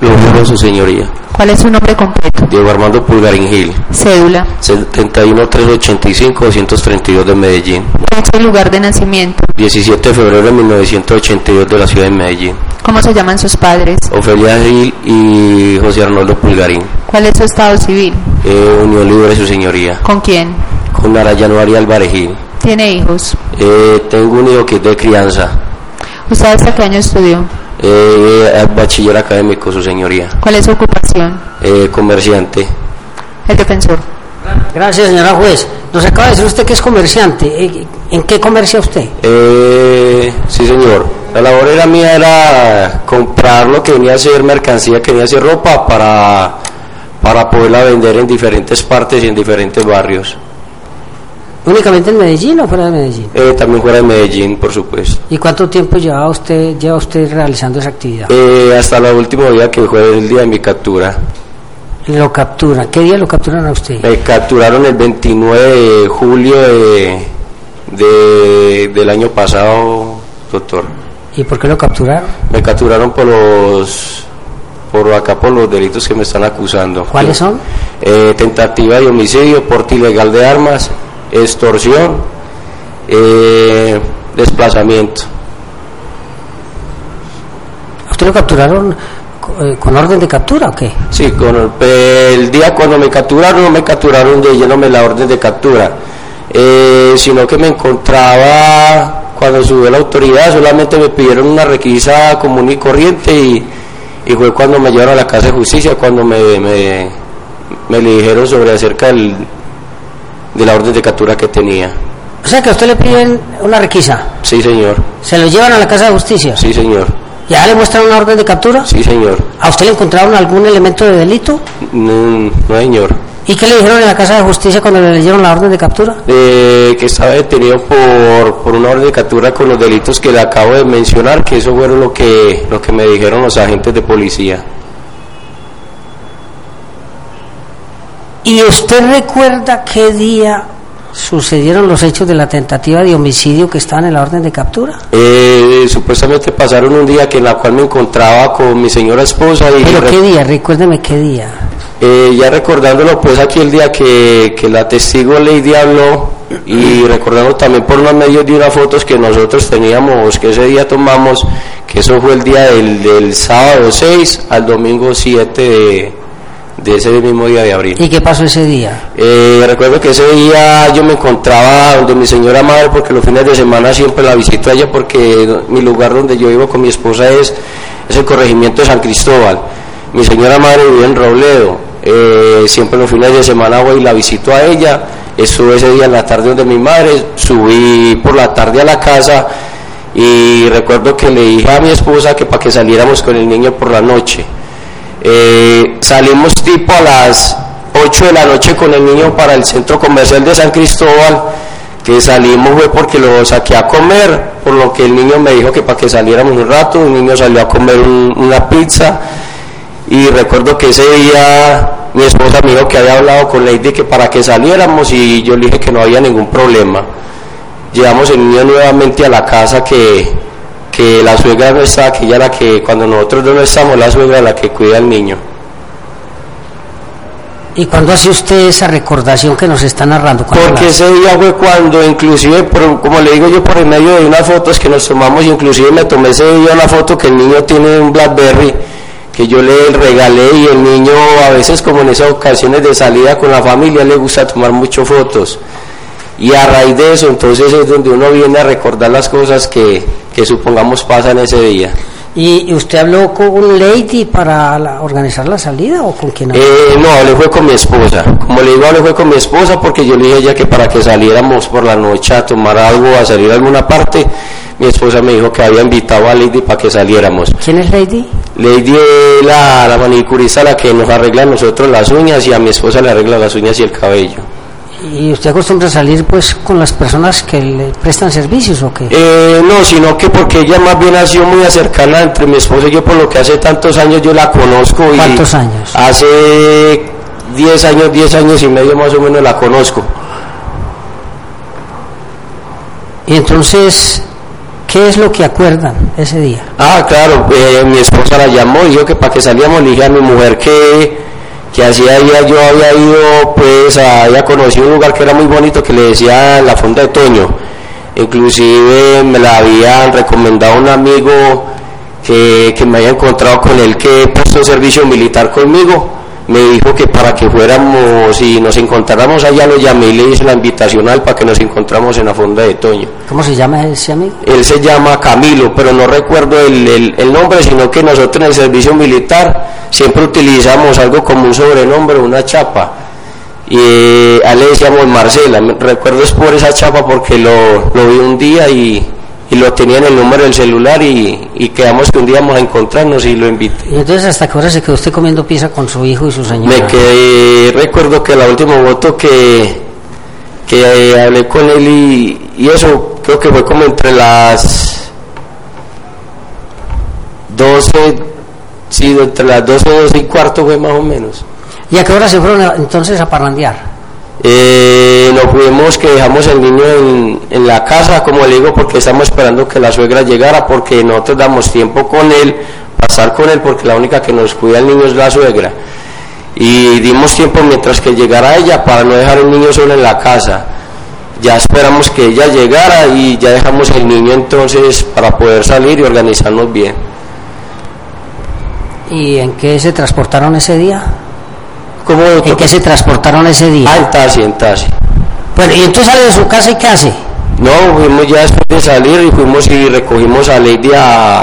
S8: Lo juro, su señoría.
S1: ¿Cuál es su nombre completo?
S8: Diego Armando Pulgarín Gil.
S1: Cédula.
S8: 71-385-232 de Medellín.
S1: Fecha y lugar de nacimiento.
S8: 17 de febrero de 1982 de la ciudad de Medellín.
S1: ¿Cómo se llaman sus padres?
S8: Ofelia Gil y José Arnoldo Pulgarín.
S1: ¿Cuál es su estado civil?
S8: Eh, Unión Libre, su señoría.
S1: ¿Con quién?
S8: Con Arayano Arias Álvarez Gil.
S1: ¿Tiene hijos?
S8: Eh, tengo un hijo que es de crianza.
S1: ¿Usted hasta qué año estudió?
S8: Eh, es bachiller académico, su señoría.
S1: ¿Cuál es su ocupación?
S8: Eh, comerciante.
S1: El defensor.
S4: Gracias, señora juez. Nos acaba de decir usted que es comerciante. Eh, ¿En qué comercia usted?
S8: Eh, sí, señor. La labor era mía era comprar lo que venía a ser mercancía, que venía a ser ropa para, para poderla vender en diferentes partes y en diferentes barrios.
S4: ¿Únicamente en Medellín o fuera de Medellín?
S8: Eh, también fuera de Medellín, por supuesto.
S4: ¿Y cuánto tiempo lleva usted, lleva usted realizando esa actividad?
S8: Eh, hasta la último día que fue el día de mi captura.
S4: Lo captura. ¿Qué día lo capturan a usted?
S8: Me Eh, capturaron el 29 de julio de, de- del año pasado, doctor.
S4: ¿Y por qué lo capturaron?
S8: Me capturaron por los por acá por los delitos que me están acusando.
S4: ¿Cuáles son?
S8: Eh, tentativa de homicidio, porte ilegal de armas, extorsión, eh, desplazamiento.
S4: ¿A usted lo capturaron co- eh, con orden de captura o qué?
S8: Sí, con el, eh, el día cuando me capturaron, no me capturaron de llenándome la orden de captura, eh, sino que me encontraba cuando subió la autoridad, solamente me pidieron una requisa común y corriente y, y fue cuando me llevaron a la Casa de Justicia, cuando me, me, me le dijeron sobre acerca del- de la orden de captura que tenía.
S4: O sea que a usted le piden una requisa.
S8: Sí, señor.
S4: ¿Se lo llevan a la Casa de Justicia?
S8: Sí, señor.
S4: ¿Y allá le muestran una orden de captura?
S8: Sí, señor.
S4: ¿A usted le encontraron algún elemento de delito?
S8: No, Mm, no, señor.
S4: ¿Y qué le dijeron en la Casa de Justicia cuando le leyeron la orden de captura?
S8: Eh, que estaba detenido por, por una orden de captura con los delitos que le acabo de mencionar, que eso fueron lo que, lo que me dijeron los agentes de policía.
S4: ¿Y usted recuerda qué día sucedieron los hechos de la tentativa de homicidio que estaban en la orden de captura?
S8: Eh, supuestamente pasaron un día que en la cual me encontraba con mi señora esposa y
S4: ¿Pero qué día? Recuérdeme qué día.
S8: eh, ya recordándolo pues aquí el día que, que la testigo Lady habló y recordando también por los medios de unas fotos que nosotros teníamos, que ese día tomamos, que eso fue el día del, del sábado 6 al domingo 7 de, de ese mismo día de abril.
S4: ¿Y qué pasó ese día?
S8: Eh, recuerdo que ese día yo me encontraba donde mi señora madre, porque los fines de semana siempre la visito a ella, porque mi lugar donde yo vivo con mi esposa es, es el corregimiento de San Cristóbal. Mi señora madre vive en Robledo. eh, siempre los fines de semana voy y la visito a ella. Estuve ese día en la tarde donde mi madre, subí por la tarde a la casa y recuerdo que le dije a mi esposa que para que saliéramos con el niño por la noche. Eh, salimos tipo a las 8 de la noche con el niño para el centro comercial de San Cristóbal, que salimos fue porque lo saqué a comer, por lo que el niño me dijo que para que saliéramos un rato, el niño salió a comer un- una pizza y recuerdo que ese día mi esposa me dijo que había hablado con Lady que para que saliéramos y yo le dije que no había ningún problema. Llevamos el niño nuevamente a la casa que, que la suegra no está, que ella es la que cuando nosotros dos no estamos, la suegra es la que cuida al niño.
S4: ¿Y cuándo hace usted esa recordación que nos está narrando? ¿Cuándo
S8: Porque
S4: la hace?
S8: ese día fue cuando, inclusive, por- como le digo yo, por el medio de unas fotos que nos tomamos, inclusive me tomé ese día una foto que el niño tiene un Blackberry, que yo le regalé y el niño a veces, como en esas ocasiones de salida con la familia, le gusta tomar muchas fotos. Y a raíz de eso, entonces es donde uno viene a recordar las cosas que, que supongamos pasan ese día.
S4: ¿Y y usted habló con un lady para la- organizar la salida o con quién habló?
S8: Eh, no, hablé fue con mi esposa. Como le digo, hablé fue con mi esposa porque yo le dije a ella que para que saliéramos por la noche a tomar algo, a salir a alguna parte, mi esposa me dijo que había invitado a Lady para que saliéramos.
S4: ¿Quién es lady?
S8: Lady es la, la manicurista la que nos arregla a nosotros las uñas y a mi esposa le arregla las uñas y el cabello.
S4: ¿Y usted acostumbra a salir pues con las personas que le prestan servicios o qué?
S8: Eh, no, sino que porque ella más bien ha sido muy cercana entre mi esposa y yo, por lo que hace tantos años yo la conozco. Y
S4: ¿Cuántos años?
S8: Hace 10 años, 10 años y medio más o menos la conozco.
S4: Y entonces, ¿qué es lo que acuerdan ese día?
S8: Ah, claro, eh, mi esposa la llamó y dijo que para que salíamos le dije a mi mujer que, que hacía día yo había ido, pues a- había conocido un lugar que era muy bonito que le decía la Fonda de Toño. Inclusive me la habían recomendado un amigo que, que me había encontrado con él que puso servicio militar conmigo. Me dijo que para que fuéramos y nos encontráramos allá lo llamé y le hice la invitación a él para que nos encontramos en la Fonda de Toño.
S4: ¿Cómo se llama ese amigo?
S8: Él se llama Camilo, pero no recuerdo el, el- el nombre, sino que nosotros en el servicio militar siempre utilizamos algo como un sobrenombre, una chapa. Y eh, a él le decíamos Marcela. Me- Recuerdo es por esa chapa porque lo, lo vi un día y, y lo tenía en el número del celular y, y quedamos que un día íbamos a encontrarnos y lo invité.
S4: Y entonces, ¿hasta qué hora se quedó usted comiendo pizza con su hijo y su señora?
S8: Me quedé, recuerdo que la última voto que, que eh, hablé con él y, y eso creo que fue como entre las 12, sí, entre las 12, 12 y cuarto fue más o menos.
S4: ¿Y a qué hora se fueron a- entonces a parrandear?
S8: Eh, nos fuimos que dejamos el niño en, en la casa, como le digo, porque estamos esperando que la suegra llegara, porque nosotros damos tiempo con él, pasar con él, porque la única que nos cuida el niño es la suegra. Y dimos tiempo mientras que llegara ella para no dejar el niño solo en la casa. Ya esperamos que ella llegara y ya dejamos el niño entonces para poder salir y organizarnos bien.
S4: ¿Y en qué se transportaron ese día?
S8: ¿Cómo,
S4: en qué se transportaron ese día?
S8: Ah, en taxi, en taxi.
S4: Bueno, y entonces sale de su casa y ¿qué hace?
S8: No, fuimos ya después de salir y fuimos y recogimos a Lady a,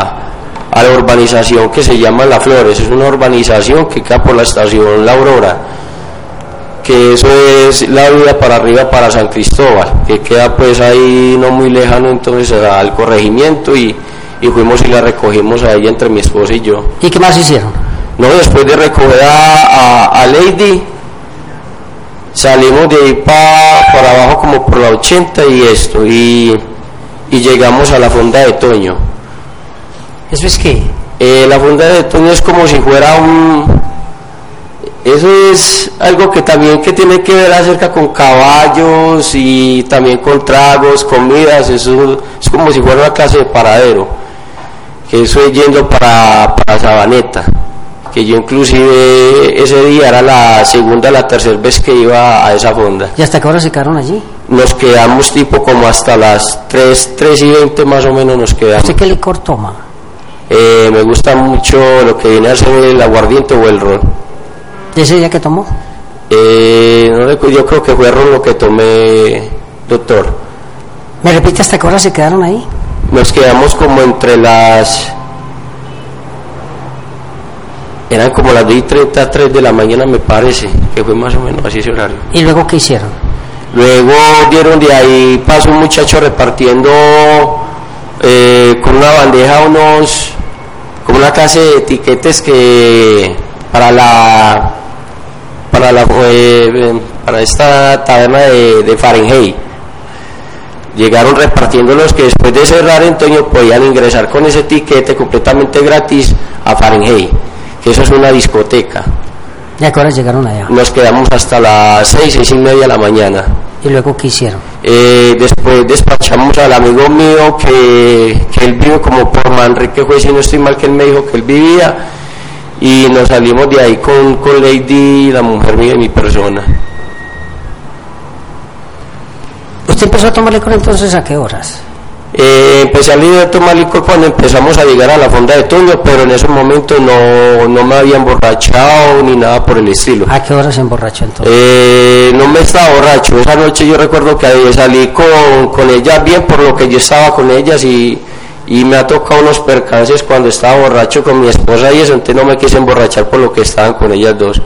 S8: a la urbanización que se llama La Flores. Es una urbanización que queda por la estación La Aurora, que eso es la vía para arriba para San Cristóbal, que queda pues ahí no muy lejano entonces al corregimiento y, y fuimos y la recogimos ahí entre mi esposa y yo.
S4: ¿Y qué más hicieron?
S8: No, después de recoger a, a- a Lady, salimos de ahí pa- para abajo como por la 80 y esto, y, y llegamos a la fonda de Toño.
S4: ¿Eso es qué?
S8: Eh, la fonda de Toño es como si fuera un... Eso es algo que también que tiene que ver acerca con caballos y también con tragos, comidas, eso es como si fuera una clase de paradero, que eso es yendo para, para Sabaneta que yo inclusive ese día era la segunda, la tercera vez que iba a esa fonda.
S4: ¿Y hasta qué hora se quedaron allí?
S8: Nos quedamos tipo como hasta las 3, 3 y 20 más o menos nos quedamos.
S4: ¿Usted qué licor toma?
S8: Eh, me gusta mucho lo que viene a ser el aguardiente o el ron.
S4: ¿Y ese día que tomó?
S8: Eh, no recu- yo creo que fue ron lo que tomé, doctor.
S4: ¿Me repite hasta qué hora se quedaron ahí?
S8: Nos quedamos como entre las... Eran como las 10 y 30, 3 de la mañana me parece, que fue más o menos así ese horario.
S4: ¿Y luego qué hicieron?
S8: Luego dieron de ahí paso un muchacho repartiendo eh, con una bandeja unos, como una clase de etiquetes que para la, para la, eh, eh, para esta taberna de, de Fahrenheit. Llegaron repartiendo los que después de cerrar Antonio podían ingresar con ese etiquete completamente gratis a Fahrenheit, que eso es una discoteca.
S4: ¿Y a qué hora llegaron allá?
S8: Nos quedamos hasta las seis, seis y media de la mañana.
S4: ¿Y luego qué hicieron?
S8: Eh, después despachamos al amigo mío que, que él vive como por Manrique juez si no estoy mal que él me dijo que él vivía y nos salimos de ahí con, con Lady, la mujer mía y mi persona.
S4: ¿Usted empezó a tomar licor entonces a qué horas?
S8: Eh, empecé a lidiar a tomar licor cuando empezamos a llegar a la fonda de Toño, pero en esos momentos no, no me había emborrachado ni nada por el estilo.
S4: ¿A qué hora se emborrachó entonces?
S8: Eh, no me estaba borracho. Esa noche yo recuerdo que salí con, con ellas bien por lo que yo estaba con ellas y, y me ha tocado unos percances cuando estaba borracho con mi esposa y eso, entonces no me quise emborrachar por lo que estaban con ellas dos.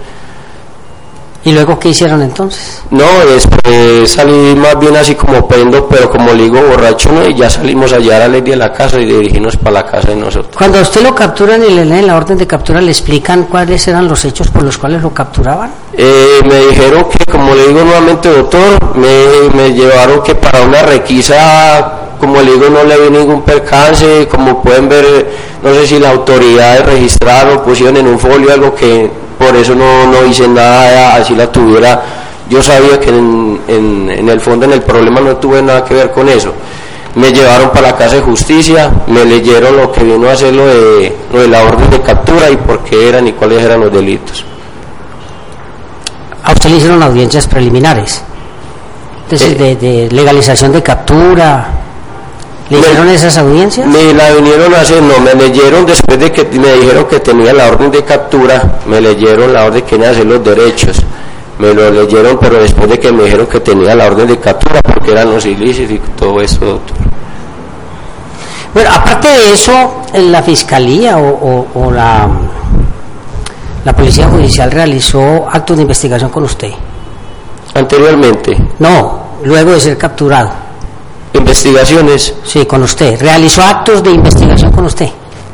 S4: ¿Y luego qué hicieron entonces?
S8: No, después salí más bien así como prendo, pero como le digo borracho, ¿no? y ya salimos allá a la ley de la casa y dirigimos para la casa de nosotros.
S4: Cuando a usted lo capturan y le leen la orden de captura, ¿le explican cuáles eran los hechos por los cuales lo capturaban?
S8: Eh, me dijeron que, como le digo nuevamente, doctor, me, me llevaron que para una requisa, como le digo, no le vi ningún percance, como pueden ver, eh, no sé si las autoridades registraron, pusieron en un folio algo que por eso no, no hice nada, así la tuviera. Yo sabía que en, en, en el fondo, en el problema, no tuve nada que ver con eso. Me llevaron para la Casa de Justicia, me leyeron lo que vino a hacer lo de, lo de la orden de captura y por qué eran y cuáles eran los delitos.
S4: A Ah, usted le hicieron audiencias preliminares, entonces de, de legalización de captura. ¿Le
S8: Me-
S4: hicieron esas audiencias?
S8: Me la vinieron a hacer, no, me leyeron después de que me dijeron que tenía la orden de captura, me leyeron la orden que tenía hacer los derechos. Me lo leyeron, pero después de que me dijeron que tenía la orden de captura, porque eran los ilícitos y todo eso, doctor.
S4: Bueno, aparte de eso, en la fiscalía o, o- o la, la policía judicial realizó actos de investigación con usted.
S8: Anteriormente.
S4: No, luego de ser capturado.
S8: ¿Investigaciones?
S4: Sí, con usted. ¿Realizó actos de investigación con usted?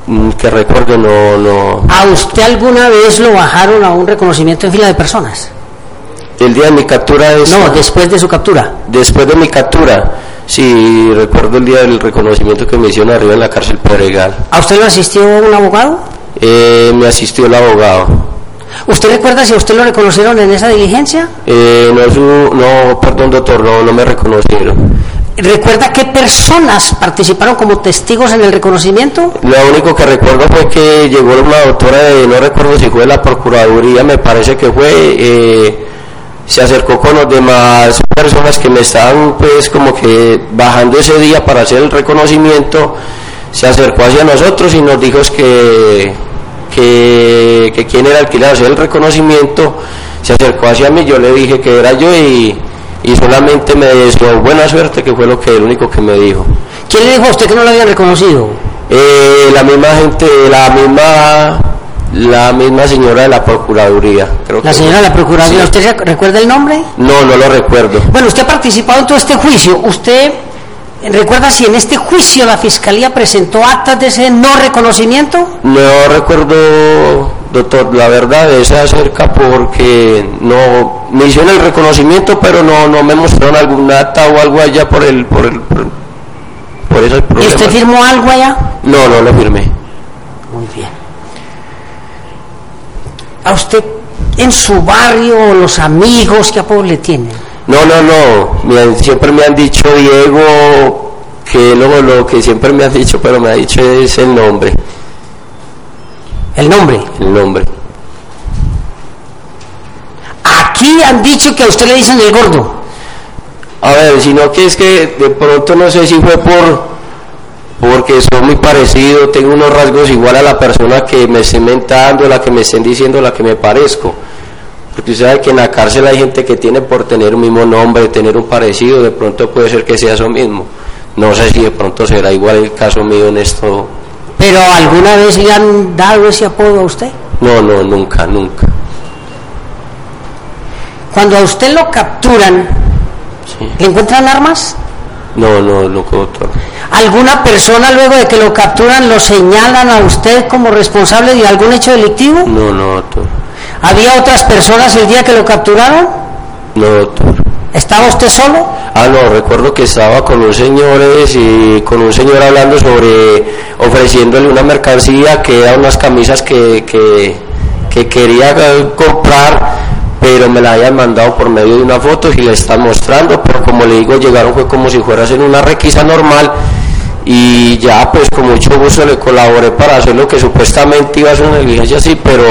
S8: Mm, Que recuerdo, no, no.
S4: ¿A usted alguna vez lo bajaron a un reconocimiento en fila de personas?
S8: El día de mi captura es.
S4: No, después de su captura.
S8: Después de mi captura, sí, recuerdo el día del reconocimiento que me hicieron arriba en la cárcel Pedregal.
S4: ¿A usted lo asistió un abogado?
S8: Eh, me asistió el abogado.
S4: ¿Usted recuerda si a usted lo reconocieron en esa diligencia?
S8: Eh, no, es un- no, perdón, doctor, no, no me reconocieron.
S4: ¿Recuerda qué personas participaron como testigos en el reconocimiento?
S8: Lo único que recuerdo fue que llegó una doctora de, no recuerdo si fue de la Procuraduría, me parece que fue, eh, se acercó con los demás personas que me estaban pues como que bajando ese día para hacer el reconocimiento, se acercó hacia nosotros y nos dijo es que, que, que quién era el que iba a hacer el reconocimiento, se acercó hacia mí, yo le dije que era yo y, y solamente me deseó buena suerte, que fue lo que el único que me dijo.
S4: ¿Quién le dijo a usted que no lo habían reconocido?
S8: Eh, la misma gente, la misma, la misma señora de la Procuraduría. Creo
S4: La
S8: que-
S4: señora de la Procuraduría,
S8: Sí.
S4: ¿usted rec- recuerda el nombre?
S8: No, no lo recuerdo.
S4: Bueno, usted ha participado en todo este juicio. ¿Usted recuerda si en este juicio la Fiscalía presentó actas de ese no reconocimiento?
S8: No recuerdo, doctor, la verdad, de esa cerca porque no, me hicieron el reconocimiento, pero no, no me mostraron algún acta o algo allá por el, por el, por, por esos
S4: ¿Y
S8: problemas.
S4: usted firmó algo allá?
S8: No, no lo firmé.
S4: Muy bien. ¿A usted en su barrio, los amigos, qué apodo le tienen?
S8: No, no, no. Me han- siempre me han dicho Diego, que luego lo que siempre me han dicho, pero me ha dicho es el nombre.
S4: ¿El nombre?
S8: El nombre.
S4: Aquí han dicho que a usted le dicen el gordo.
S8: A ver, sino que es que de pronto no sé si fue por porque soy muy parecido, tengo unos rasgos igual a la persona que me estén mentando, la que me estén diciendo, la que me parezco. Porque usted sabe que en la cárcel hay gente que tiene por tener un mismo nombre, tener un parecido, de pronto puede ser que sea eso mismo. No sé si de pronto será igual el caso mío en esto.
S4: ¿Pero alguna vez le han dado ese apodo a usted?
S8: No, no, nunca, nunca.
S4: Cuando a usted lo capturan, ¿le encuentran armas?
S8: No, no, loco, doctor.
S4: ¿Alguna persona luego de que lo capturan lo señalan a usted como responsable de algún hecho delictivo?
S8: No, no, doctor.
S4: ¿Había otras personas el día que lo capturaron?
S8: No, doctor.
S4: ¿Estaba usted solo?
S8: Ah, no, recuerdo que estaba con un señor eh, sí, con un señor hablando sobre ofreciéndole una mercancía que eran unas camisas que, que, que quería eh, comprar, pero me la habían mandado por medio de una foto y le están mostrando, pero como le digo, llegaron fue como si fuera a hacer una requisa normal y ya pues con mucho gusto le colaboré para hacer lo que supuestamente iba a ser una diligencia así, pero,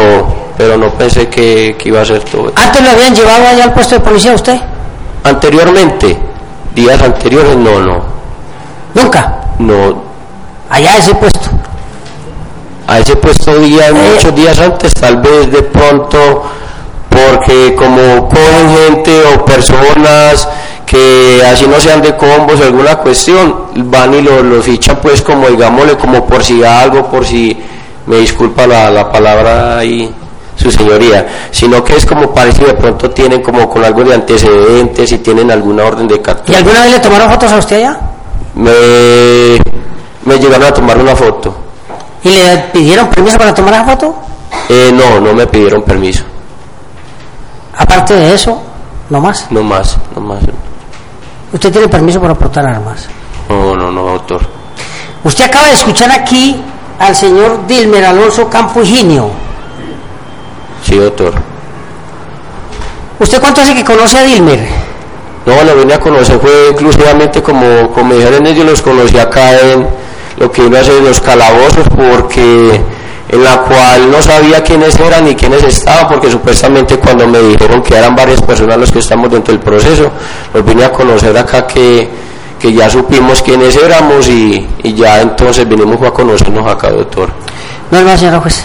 S8: pero no pensé que, que iba a ser todo. Ah, eso.
S4: ¿Antes lo habían llevado allá al puesto de policía a usted?
S8: Anteriormente, días anteriores, no, no.
S4: ¿Nunca?
S8: No,
S4: Allá a ese puesto.
S8: a ese puesto día,
S4: Eh.
S8: muchos días antes, tal vez de pronto, porque como cogen gente o personas que así no sean de combos o alguna cuestión, van y lo, lo fichan pues como digámosle, como por si algo, por si me disculpa la, la palabra ahí su señoría, sino que es como parecido, de pronto tienen como con algo de antecedentes y tienen alguna orden de
S4: ¿Y
S8: captura.
S4: alguna vez le tomaron fotos a usted allá?
S8: Me, me llegaron a tomar una foto.
S4: ¿Y le pidieron permiso para tomar la foto?
S8: Eh, no, no me pidieron permiso,
S4: Aparte de eso, no más.
S8: no más, no más.
S4: Usted tiene permiso para portar armas.
S8: No, no, no, doctor.
S4: Usted acaba de escuchar aquí al señor Dilmer Alonso Campo Higinio.
S8: Sí, doctor.
S4: ¿Usted cuánto hace que conoce a Dilmer?
S8: No, lo vine a conocer fue exclusivamente como, como me dijeron ellos, los conocí acá en lo que uno hace en los calabozos, porque en la cual no sabía quiénes eran ni quiénes estaban, porque supuestamente cuando me dijeron que eran varias personas los que estamos dentro del proceso, los vine a conocer acá que, que ya supimos quiénes éramos y, y ya entonces vinimos a conocernos acá, doctor.
S4: No es más, señora juez.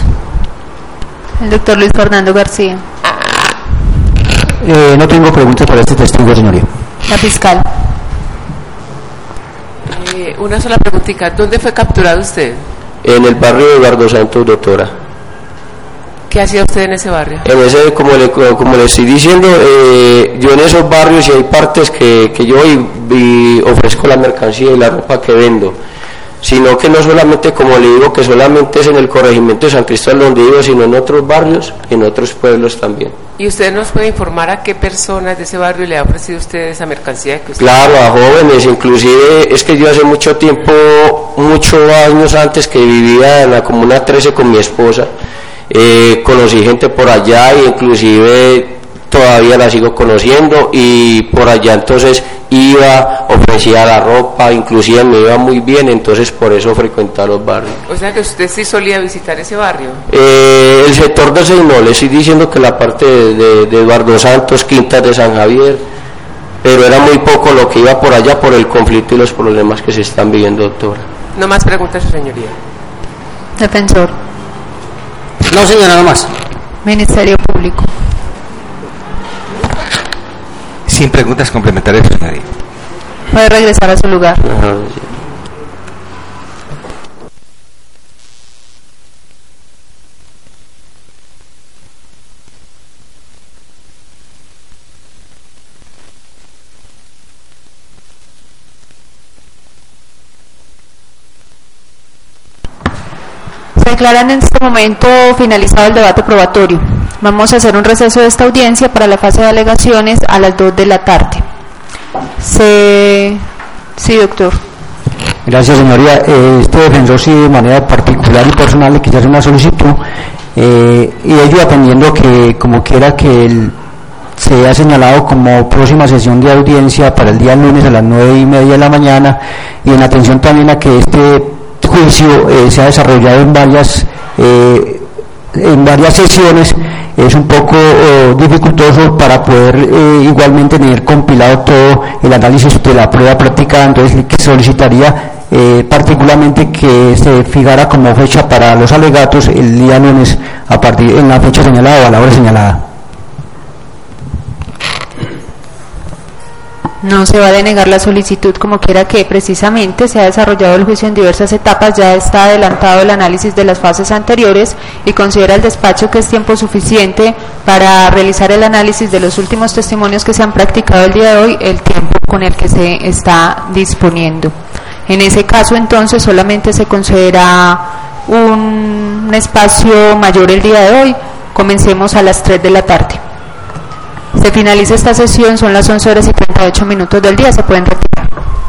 S1: El doctor Luis Fernando García.
S5: Eh, no tengo preguntas para este testigo, señoría.
S1: La fiscal.
S2: Eh, una sola preguntita, ¿dónde fue capturado usted?
S8: En el barrio de Eduardo Santos, doctora.
S2: ¿Qué hacía usted en ese barrio?
S8: En ese, como le, como le estoy diciendo, eh, yo en esos barrios y hay partes que, que yo y, y ofrezco la mercancía y la ropa que vendo, sino que no solamente, como le digo, que solamente es en el corregimiento de San Cristóbal donde vivo, sino en otros barrios y en otros pueblos también.
S2: ¿Y usted nos puede informar a qué personas de ese barrio le ha ofrecido usted esa mercancía que usted...
S8: Claro, a jóvenes, inclusive es que yo hace mucho tiempo, muchos años antes que vivía en la Comuna 13 con mi esposa, eh, conocí gente por allá y inclusive todavía la sigo conociendo y por allá entonces iba, ofrecía la ropa, inclusive me iba muy bien, entonces por eso frecuentaba los barrios.
S2: O sea que usted sí solía visitar ese barrio.
S8: Eh, el sector de Seinol, le estoy diciendo que la parte de, de- de Eduardo Santos, Quintas de San Javier, pero era muy poco lo que iba por allá por el conflicto y los problemas que se están viviendo, doctora.
S2: No más preguntas, su señoría.
S1: Defensor.
S4: No, señora, no más.
S1: Ministerio Público.
S3: Sin preguntas complementarias, señoría.
S1: Puede regresar a su lugar. Se declaran en este momento finalizado el debate probatorio. Vamos a hacer un receso de esta audiencia para la fase de alegaciones a las 2 de la tarde. Se... Sí, doctor.
S5: Gracias, señoría. Eh, Este defensor sí de manera particular y personal le quise hacer una solicitud eh, y ello atendiendo que como quiera que el- se ha señalado como próxima sesión de audiencia para el día lunes a las nueve y media de la mañana y en atención también a que este juicio eh, se ha desarrollado en varias eh, en varias sesiones es un poco eh, dificultoso para poder eh, igualmente tener compilado todo el análisis de la prueba práctica, entonces le solicitaría eh, particularmente que se fijara como fecha para los alegatos el día lunes a partir en la fecha señalada o a la hora señalada.
S1: No se va a denegar la solicitud como quiera que precisamente se ha desarrollado el juicio en diversas etapas, ya está adelantado el análisis de las fases anteriores y considera el despacho que es tiempo suficiente para realizar el análisis de los últimos testimonios que se han practicado el día de hoy, el tiempo con el que se está disponiendo. En ese caso entonces solamente se concederá un, un espacio mayor el día de hoy, comencemos a las 3 de la tarde. Se finaliza esta sesión, son las 11 horas y 38 minutos del día, se pueden retirar.